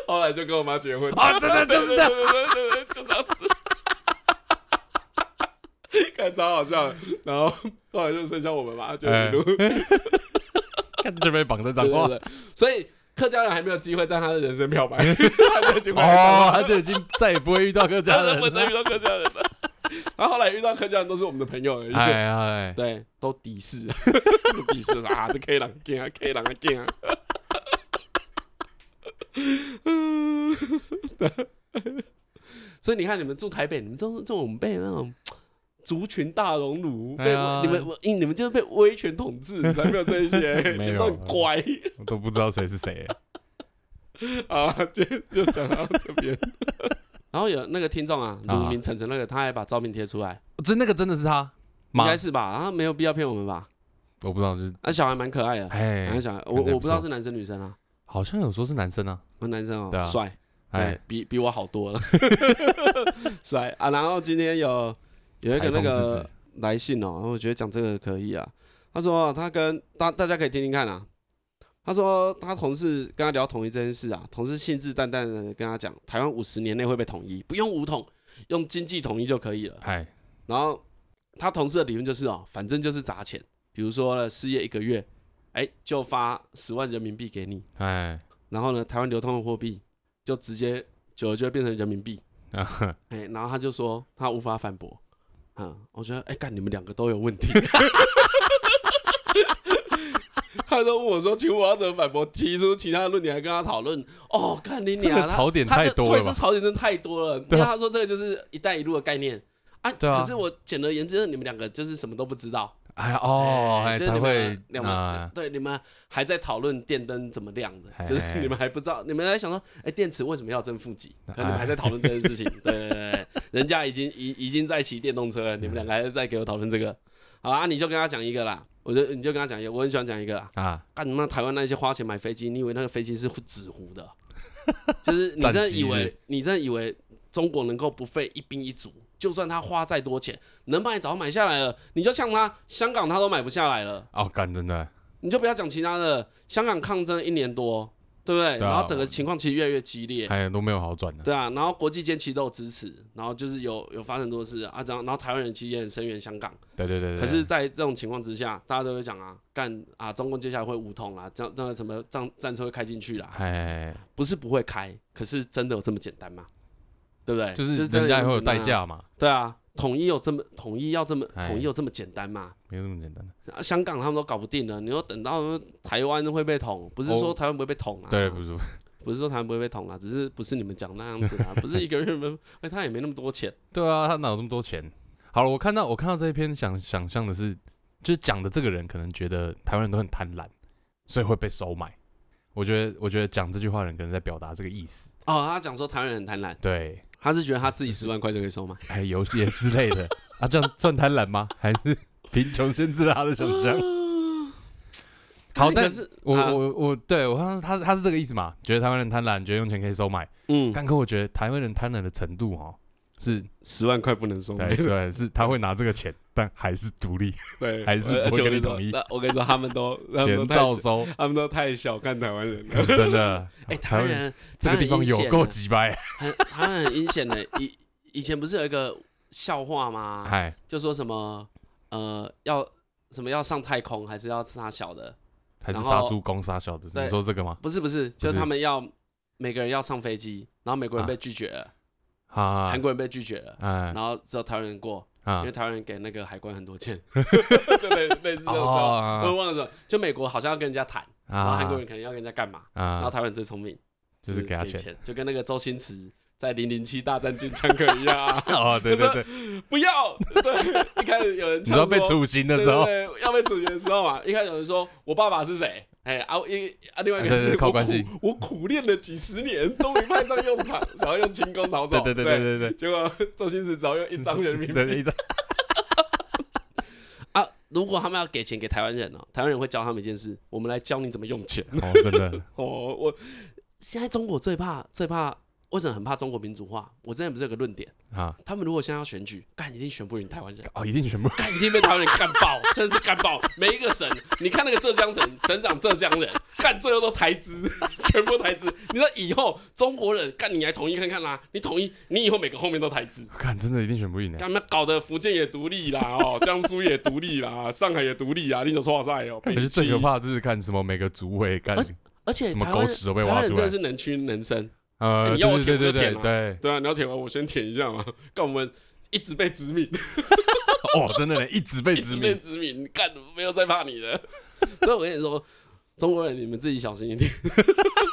S1: 后来就跟我妈结婚
S2: 啊真的就是这样
S1: 对对对对对 就这样子。看超好笑的，然后后来就剩下我们嘛，就
S2: 哎
S1: 一路
S2: 看这边绑着脏
S1: 对
S2: 话
S1: 对，对，所以客家人还没有机会在他的人生漂 白，他就已经回来彰化
S2: 哦，他就已经再也不会遇到客家
S1: 他
S2: 人
S1: 都不会再
S2: 了，
S1: 遇到客家人了。然后后来遇到客家人都是我们的朋友而已，
S2: 哎哎，
S1: 对，都鄙视，都鄙视啊， 这 K 狼 K 啊，K 狼啊 K 啊。 嗯所以你看，你们住台北，你们这种这种被那种族群大熔炉，
S2: 哎
S1: 被
S2: 呀
S1: 你们我你们就是被威权统治，才没有这一些，
S2: 没
S1: 你
S2: 有啊
S1: 们都很乖。
S2: 我都不知道谁是谁，
S1: 啊， 就就讲到这 边。然后有那个听众啊，鲁明晨晨那个，他还把照片贴出来，
S2: 这那个 真的是他
S1: 应
S2: 吗
S1: 该？是吧？啊，没有必要骗我们吧？
S2: 我不知道，就是
S1: 那小孩蛮可爱的，那
S2: 哎，
S1: 小孩，
S2: 看
S1: 我
S2: 起来不
S1: 我不知道
S2: 错
S1: 是男生女生啊，
S2: 好像有说是男生啊，
S1: 那男生
S2: 对
S1: 哦
S2: 啊，
S1: 帅，对
S2: 哎，
S1: 比比我好多了， 帅啊。然后今天有有一个那
S2: 台中之
S1: 个
S2: 子
S1: 来信哦，我觉得讲这个可以啊。他说他跟大大家可以听听看啊。他说他同事跟他聊统一这件事啊，同事信誓旦旦的跟他讲，台湾五十年内会被统一，不用武统，用经济统一就可以了。
S2: 哎，
S1: 然后他同事的理论就是哦，反正就是砸钱，比如说呢，失业一个月，哎，就发十万人民币给你，
S2: 哎，
S1: 然后呢，台湾流通的货币就直接久了就会变成人民币，
S2: 啊呵
S1: 哎、然后他就说他无法反驳，嗯，我觉得哎，干、你们两个都有问题。 他都问我说：“请问我要怎么反驳？”提出其他的论点来跟他讨论。哦，看你
S2: 这
S1: 俩他
S2: 个槽点
S1: 他
S2: 太
S1: 的
S2: 多了
S1: 对，这
S2: 吧？
S1: 槽点真的太多了。因
S2: 对啊
S1: 为他说这个就是“一带一路”的概念啊。
S2: 对啊
S1: 可是我简而言之，就是你们两个就是什么都不知道
S2: 哎哦，哎
S1: 就是
S2: 才
S1: 你
S2: 会
S1: 们两个
S2: 啊，
S1: 对你们还在讨论电灯怎么亮的，
S2: 哎
S1: 就是你们还不知道，你们还想说，哎，电池为什么要正负极？
S2: 哎
S1: 可你们还在讨论这件事情。对对对对，人家已 经已已经在骑电动车了，你们两个还在给我讨论这个。好啊，你就跟他讲一个啦，我就你就跟他讲一个，我很喜欢讲一个啦。
S2: 啊，
S1: 干你妈！台湾那些花钱买飞机，你以为那个飞机是纸糊 的？就是你
S2: 战
S1: 真的
S2: 机
S1: 以
S2: 是
S1: 为你真的以为中国能够不费一兵一卒？就算他花再多钱，能买早买下来了，你就像他香港他都买不下来了，
S2: 哦，干真的，
S1: 你就不要讲其他的。香港抗争一年多，对不对？
S2: 对啊
S1: 然后整个情况其实越来越激 烈，
S2: 哎，都没有好转的。
S1: 对啊，然后国际间其实都有支持，然后就是有有发生很多事啊，然后然后台湾人其实也很声援香港，
S2: 对对啊对对。
S1: 可是，在这种情况之下，大家都会讲啊，干啊，中共接下来会武统啦，这样那个什么战战车会开进去啦，
S2: 哎，
S1: 不是不会开，可是真的有这么简单吗？对不对？
S2: 就是
S1: 真的
S2: 人家
S1: 这
S2: 也
S1: 么
S2: 会有
S1: 简单
S2: 代
S1: 啊，
S2: 价嘛，
S1: 对啊，统一有这么统一要这么统一
S2: 哎
S1: 有这么简单吗？
S2: 没有那么简单的。
S1: 啊香港他们都搞不定了，你说等到台湾会被捅，不是说
S2: 哦
S1: 台湾不会被捅啊？
S2: 对，不是，
S1: 不是说台湾不会被捅啊，只是不是你们讲那样子 啊，不是一个月没，哎，他也没那么多钱，
S2: 对啊，他哪有这么多钱？好了，我看到我看到这一篇想想象的是，就是讲的这个人可能觉得台湾人都很贪婪，所以会被收买。我觉得我觉得讲这句话的人可能在表达这个意思，
S1: 哦，他讲说台湾人很贪婪，
S2: 对，
S1: 他是觉得他自己十万块就可以收吗？
S2: 哎，游戏之类的啊，这样算贪婪吗？还是 贫穷限制了他的想 象？ 好
S1: 可
S2: 但
S1: 是
S2: 我
S1: 啊
S2: 我我，对我看他他是这个意思嘛？觉得台湾人贪婪，觉得用钱可以收买。
S1: 嗯，
S2: 但可我觉得台湾人贪婪的程度哦，是
S1: 十万块不能收，
S2: 对对，是他会拿这个钱，但还是独立，
S1: 对
S2: 还是
S1: 而而
S2: 不会
S1: 且我
S2: 跟
S1: 跟
S2: 你
S1: 你说
S2: 统一，
S1: 那我跟你说，他们 都他们都呃
S2: 钱
S1: 太
S2: 照
S1: 小
S2: 收。
S1: 他们都太小看台湾人了。，
S2: 真的
S1: 哎，台湾人
S2: 这个地方有够鸡掰，
S1: 很台湾人很阴险的，以以前不是有一个笑话吗？
S2: 嗨，
S1: 就说什么呃要什么要上太空还是要吃他小的？
S2: 还是
S1: 然后
S2: 杀猪攻杀小的，
S1: 对
S2: 你说这个吗？
S1: 不是不是，就是
S2: 是
S1: 他们要每个人要上飞机，然后美国人被拒绝了，
S2: 啊
S1: 韩，国人被拒绝了，
S2: 哎
S1: 然后只有台湾人过，因
S2: 啊
S1: 为，台湾人给那个海关很多 钱，就类类似这种笑话。我也
S2: 哦
S1: 忘了说，就美国好像要跟人家谈，然后韩国人可能要跟人家干嘛，然后
S2: 啊，
S1: 台湾人最聪明，
S2: 就是给他
S1: 钱，
S2: 钱，，
S1: 就跟那个周星驰在《零零七大战金枪客》一样啊
S2: 哦，对对对，
S1: 不要，对，一开始有人
S2: 你知道
S1: 呛
S2: 被
S1: 说
S2: 处刑的
S1: 对
S2: 时候，
S1: 对对要被处决的时候嘛，一开始有人说我爸爸是谁？哎啊，一啊，另外一个
S2: 对对
S1: 是
S2: 对靠
S1: 我
S2: 关
S1: 苦
S2: 系
S1: 我苦练了几十年，终于派上用场，想要用轻功逃走。
S2: 对对 对
S1: 对
S2: 对对
S1: 结果周星驰只要用一张人民
S2: 对，
S1: 币
S2: 对一 张，
S1: 啊！如果他们要给钱给台湾人哦，台湾人会教他们一件事：我们来教你怎么用 钱。
S2: 哦，真的，
S1: 哦，我现在中国最怕最怕，为什么很怕中国民主化？我之前不是有个论点，
S2: 啊，
S1: 他们如果现在要选举，干一定选不赢台湾人。
S2: 哦，一定全部，
S1: 干一定被台湾人干爆， 真是干爆！每一个省，你看那个浙江省省长浙江人，干最后都台资， 全部台资。你说以后中国人干你来统一看看啦、你统一，你以后每个后面都台资，
S2: 看真的一定选不赢的，
S1: 干嘛搞得福建也独立啦，哦，江苏也独立啦，上海也独立啦，你就说哇塞哦，
S2: 感觉最可怕的就是看什么每个族委干
S1: 而，且而且
S2: 什么
S1: 台湾
S2: 狗屎都被
S1: 台
S2: 挖
S1: 湾人
S2: 出
S1: 真
S2: 来
S1: 的是能屈能伸，
S2: 呃，
S1: 哎你要我
S2: 对对对
S1: 舔我就舔啊
S2: 对对对，
S1: 对啊，你要舔完我先舔一下嘛，干我们一直被殖民，
S2: 哦，真的一直被
S1: 一
S2: 殖
S1: 直
S2: 民
S1: 被，殖民，干没有再怕你的。 所以我跟你说，中国人你们自己小心一点。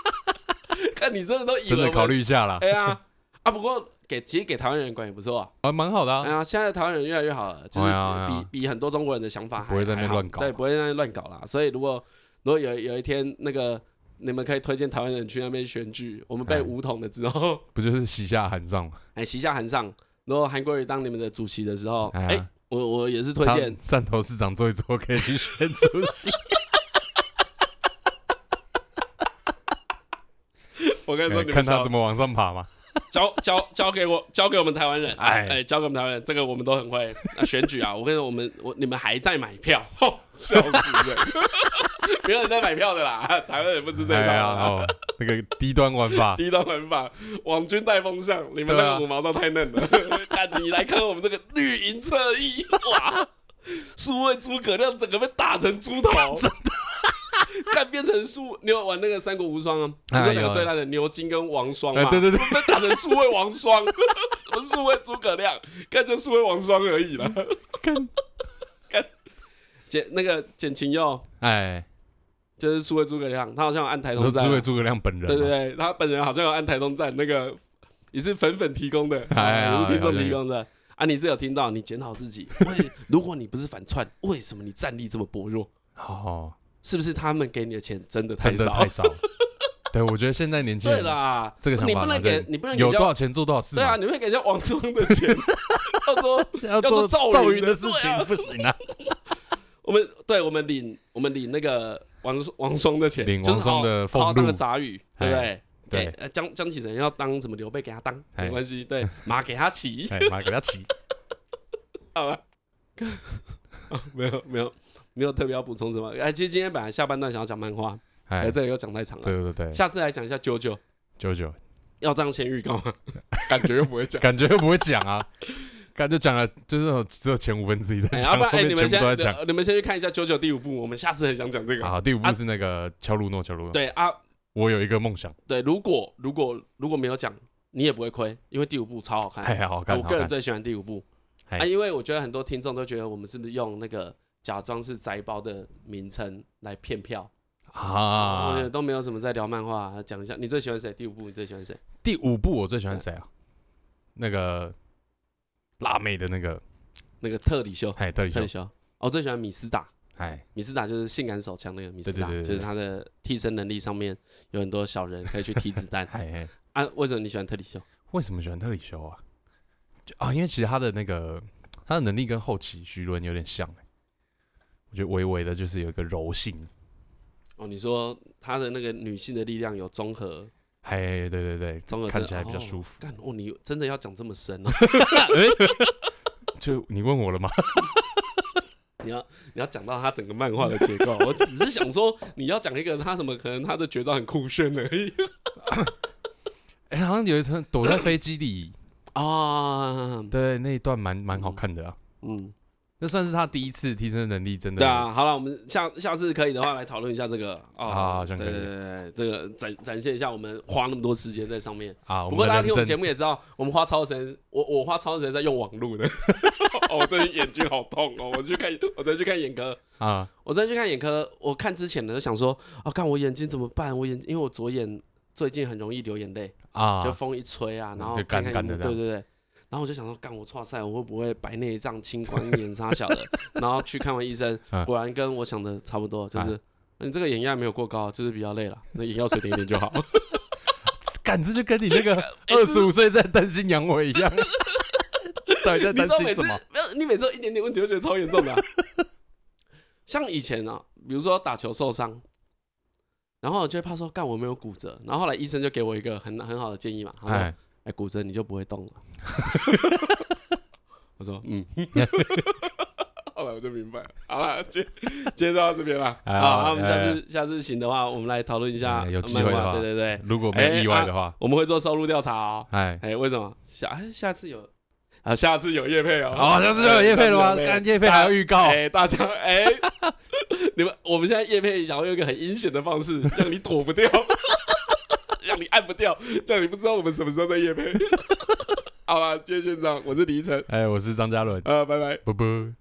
S1: 看你真的都以为
S2: 真的
S1: 我们
S2: 考，虑一下 啦，
S1: 哎呀啊！不过给其实给台湾人管也不错啊。
S2: 还蛮好的
S1: 哎
S2: 啊，
S1: 呀，现在台湾人越来越好了，就是
S2: 哎呀哎
S1: 比
S2: 呀
S1: 比很多中国人的想法还
S2: 不会在那边
S1: 还好
S2: 乱搞
S1: 对，不会在那边乱搞啦。所以如果如果有有一天那个你们可以推荐台湾人去那边选举，我们被
S2: 哎
S1: 武统了之后，
S2: 不就是喜下寒上吗？
S1: 哎，旗下韩上，如果韩国瑜当你们的主席的时候，
S2: 哎呀
S1: 哎，我我也是推
S2: 他
S1: 荐
S2: 汕头市长坐一坐，可以去选主 席。
S1: 我跟你说，
S2: 哎
S1: 你
S2: 看
S1: 们
S2: 他
S1: 小
S2: 怎么往上爬嘛。
S1: 交交交给我，交给我们台湾人，哎
S2: 哎
S1: 哎，交给我们台湾人，这个我们都很会。啊、选举啊，我 跟你说，我们我你们还在买票，吼笑死人， 没有人在买票的啦，台湾人不吃这一套
S2: 哎呀，
S1: 啊。
S2: 哦，那个低端玩 法，
S1: 第一道玩法，网军带风向，你们那
S2: 对啊
S1: 个五毛都太嫩了。 那、你来看我们这个绿营侧翼，哇，数位诸葛亮整个被打成猪头，真的，看变成数，你有玩那个三国无双啊？你
S2: 哎
S1: 说两个
S2: 有啊
S1: 最烂的牛筋跟王双
S2: 哎
S1: 嘛？
S2: 对对对，
S1: 被打成数位王双， 什么数位诸葛亮，看就数位王双而已了。
S2: 看，
S1: 简那个简晴佑
S2: 哎，
S1: 就是数位诸葛亮，他好像有按台
S2: 你
S1: 东
S2: 说
S1: 站
S2: 诸
S1: 啊、
S2: 位诸葛亮本人，
S1: 对对，对，他本人好像有按台东站那个，也是粉粉提供的，
S2: 哎
S1: 啊也是听
S2: 好
S1: 众
S2: 像有
S1: 提供的。啊，你是有听到？你检讨自己，为如果你不是反串，为什么你战力这么薄弱？
S2: 哦，
S1: 是不是他们给你的钱真的太
S2: 真的
S1: 少
S2: 太？少。对，我觉得现在年 轻
S1: 对
S2: 人
S1: 啦，
S2: 这个想法
S1: 你不能给
S2: 对，
S1: 你不能给
S2: 有
S1: 人家，
S2: 多少钱做多少事
S1: 对啊，
S2: 嘛，
S1: 你不能给人家王双的钱。 啊要说
S2: 要
S1: 做
S2: 做
S1: 赵
S2: 赵
S1: 云
S2: 云
S1: 的
S2: 的事
S1: 对啊
S2: 情不行啊。
S1: 我们对我们领我们领那个王王双的钱，
S2: 领
S1: 就是
S2: 王双
S1: 好
S2: 的俸
S1: 好好当
S2: 禄哎
S1: 个杂鱼，对不对？
S2: 对
S1: 给呃江江启程要当什么刘备给他当没
S2: 哎
S1: 关系，对马给他骑，
S2: 哎妈，给他 起，
S1: 好 了，哦没有没有没有特别要补充什么。哎，其实今天本来下半段想要讲漫画，哎、
S2: 哎，
S1: 这个又讲太长了。
S2: 对对对，
S1: 下次来讲一下九九，
S2: 九九，
S1: 要这样先预告 吗？感觉又不会讲。
S2: 感觉又不会讲啊， 感觉讲了就是只有前五分之一在
S1: 哎，要、
S2: 讲，
S1: 不
S2: 后
S1: 然哎、
S2: 面
S1: 你
S2: 全
S1: 们
S2: 部
S1: 先
S2: 都在讲。
S1: 呃你们先去看一下九九第五部，我们下次很想讲这个。
S2: 好，第五
S1: 啊
S2: 部是那个乔鲁诺，乔鲁诺。
S1: 对啊，
S2: 我有一个梦想，
S1: 对，如果如果如果没有讲，你也不会亏，因为第五部超好看。
S2: 哎，好看，
S1: 我
S2: 好
S1: 个人
S2: 看。哎
S1: 最喜欢第五部
S2: 嘿
S1: 啊，因为我觉得很多听众都觉得我们是不是用那个假装是宅包的名称来骗票我觉得
S2: 啊，
S1: 哦都没有什么在聊漫画、讲一下你最喜欢谁？第五部你最喜欢谁？
S2: 第五部我最喜欢谁啊？那个辣妹的那个，
S1: 那个特里修，
S2: 哎，特里
S1: 特
S2: 修
S1: 里，修，哦我最喜欢米斯达，
S2: 哎，
S1: 米斯达就是性感手枪那个米斯达，
S2: 对对对对
S1: 就是他的替身能力上面有很多小人可以去踢子 弹
S2: 哎哎，
S1: 啊。为什么你喜欢特里修？
S2: 为什么喜欢特里修啊？就啊，因为其实他的那个他的能力跟后期徐伦有点像、欸，我觉得微微的就是有一个柔性，
S1: 哦，你说他的那个女性的力量有综合，
S2: 嘿，对对对，
S1: 综合
S2: 看
S1: 症
S2: 起来比较舒
S1: 哦
S2: 服。
S1: 干哦，你真的要讲这么深哦？
S2: 就你问我了吗？
S1: 你要你要讲到他整个漫画的结构，我只是想说你要讲一个他什么可能他的绝招很酷炫而已
S2: 哎、好像有一层躲在飞机里，
S1: 啊，
S2: 对，那一段蛮蛮好看的啊。
S1: 嗯，
S2: 那算是他第一次提升能力，真的。
S1: 对啊，好了，我们下下次可以的话来讨论一下这个哦
S2: 好好像
S1: 对
S2: 可以
S1: 对对对，这个展展现一下我们花那么多时间在上面。
S2: 啊，我
S1: 不
S2: 们
S1: 过大家
S2: 的
S1: 听我
S2: 人
S1: 们节
S2: 生
S1: 目也知道，我们花超时间，我我花超时间在用网络的。 哦，我最近眼睛好痛哦，我去看，我昨天去看眼科，
S2: 啊，
S1: 我昨天去看眼科，我看之前呢就想说，哦，看我眼睛怎么办？我眼因为我左眼最近很容易流眼泪，
S2: 啊，
S1: 就风一吹啊，然后
S2: 就
S1: 看
S2: 干
S1: 看
S2: 干
S1: 荧幕
S2: 的这
S1: 对
S2: 样
S1: 对对。然后我就想说，干我错赛，我会不会白内障、青光眼啥小的？ 然后去看完医生，
S2: 嗯
S1: 果然跟我想的差不多，就是、呃你这个眼压没有过高，就是比较累了，那眼药水点一点就 好。
S2: 感知就跟你那 个
S1: 哎这
S2: 二
S1: 是
S2: 十五岁在担心阳痿一 样。到底在
S1: 你知
S2: 担
S1: 道每
S2: 心
S1: 次
S2: 什么？
S1: 没有，你每次有一点点问题，就觉得超严重的啊、像以前啊，比如说打球受伤，然后我就会怕说，干我没有骨折。然后后来医生就给我一个很很好的建议嘛，他说：“哎、
S2: 哎，
S1: 骨折你就不会动了。” 我说：“嗯。” 后来我就明白了。好了，今今天就到这边了。好，
S2: 哎好
S1: 那我们下
S2: 哎
S1: 次下次行的话，我们来讨论一下
S2: 哎有机
S1: 漫
S2: 会的
S1: 画
S2: 话
S1: 对对对，
S2: 如果没有意外的话，
S1: 我们会做收入调查哦。
S2: 哎，
S1: 哎，为什么下哎下次有啊？下次有叶配哦。
S2: 好，下次就有 叶配了吗？干叶配还要预告
S1: 哎，大家哎，你们我们现在叶配想要用一个很阴险的方式，让你躲不掉， 让你按不掉，让你不知道我们什么时候在叶配。好吧，今天先这样，我是李依晨，
S2: 哎，我是张嘉伦，
S1: 呃，拜拜。
S2: 啵啵。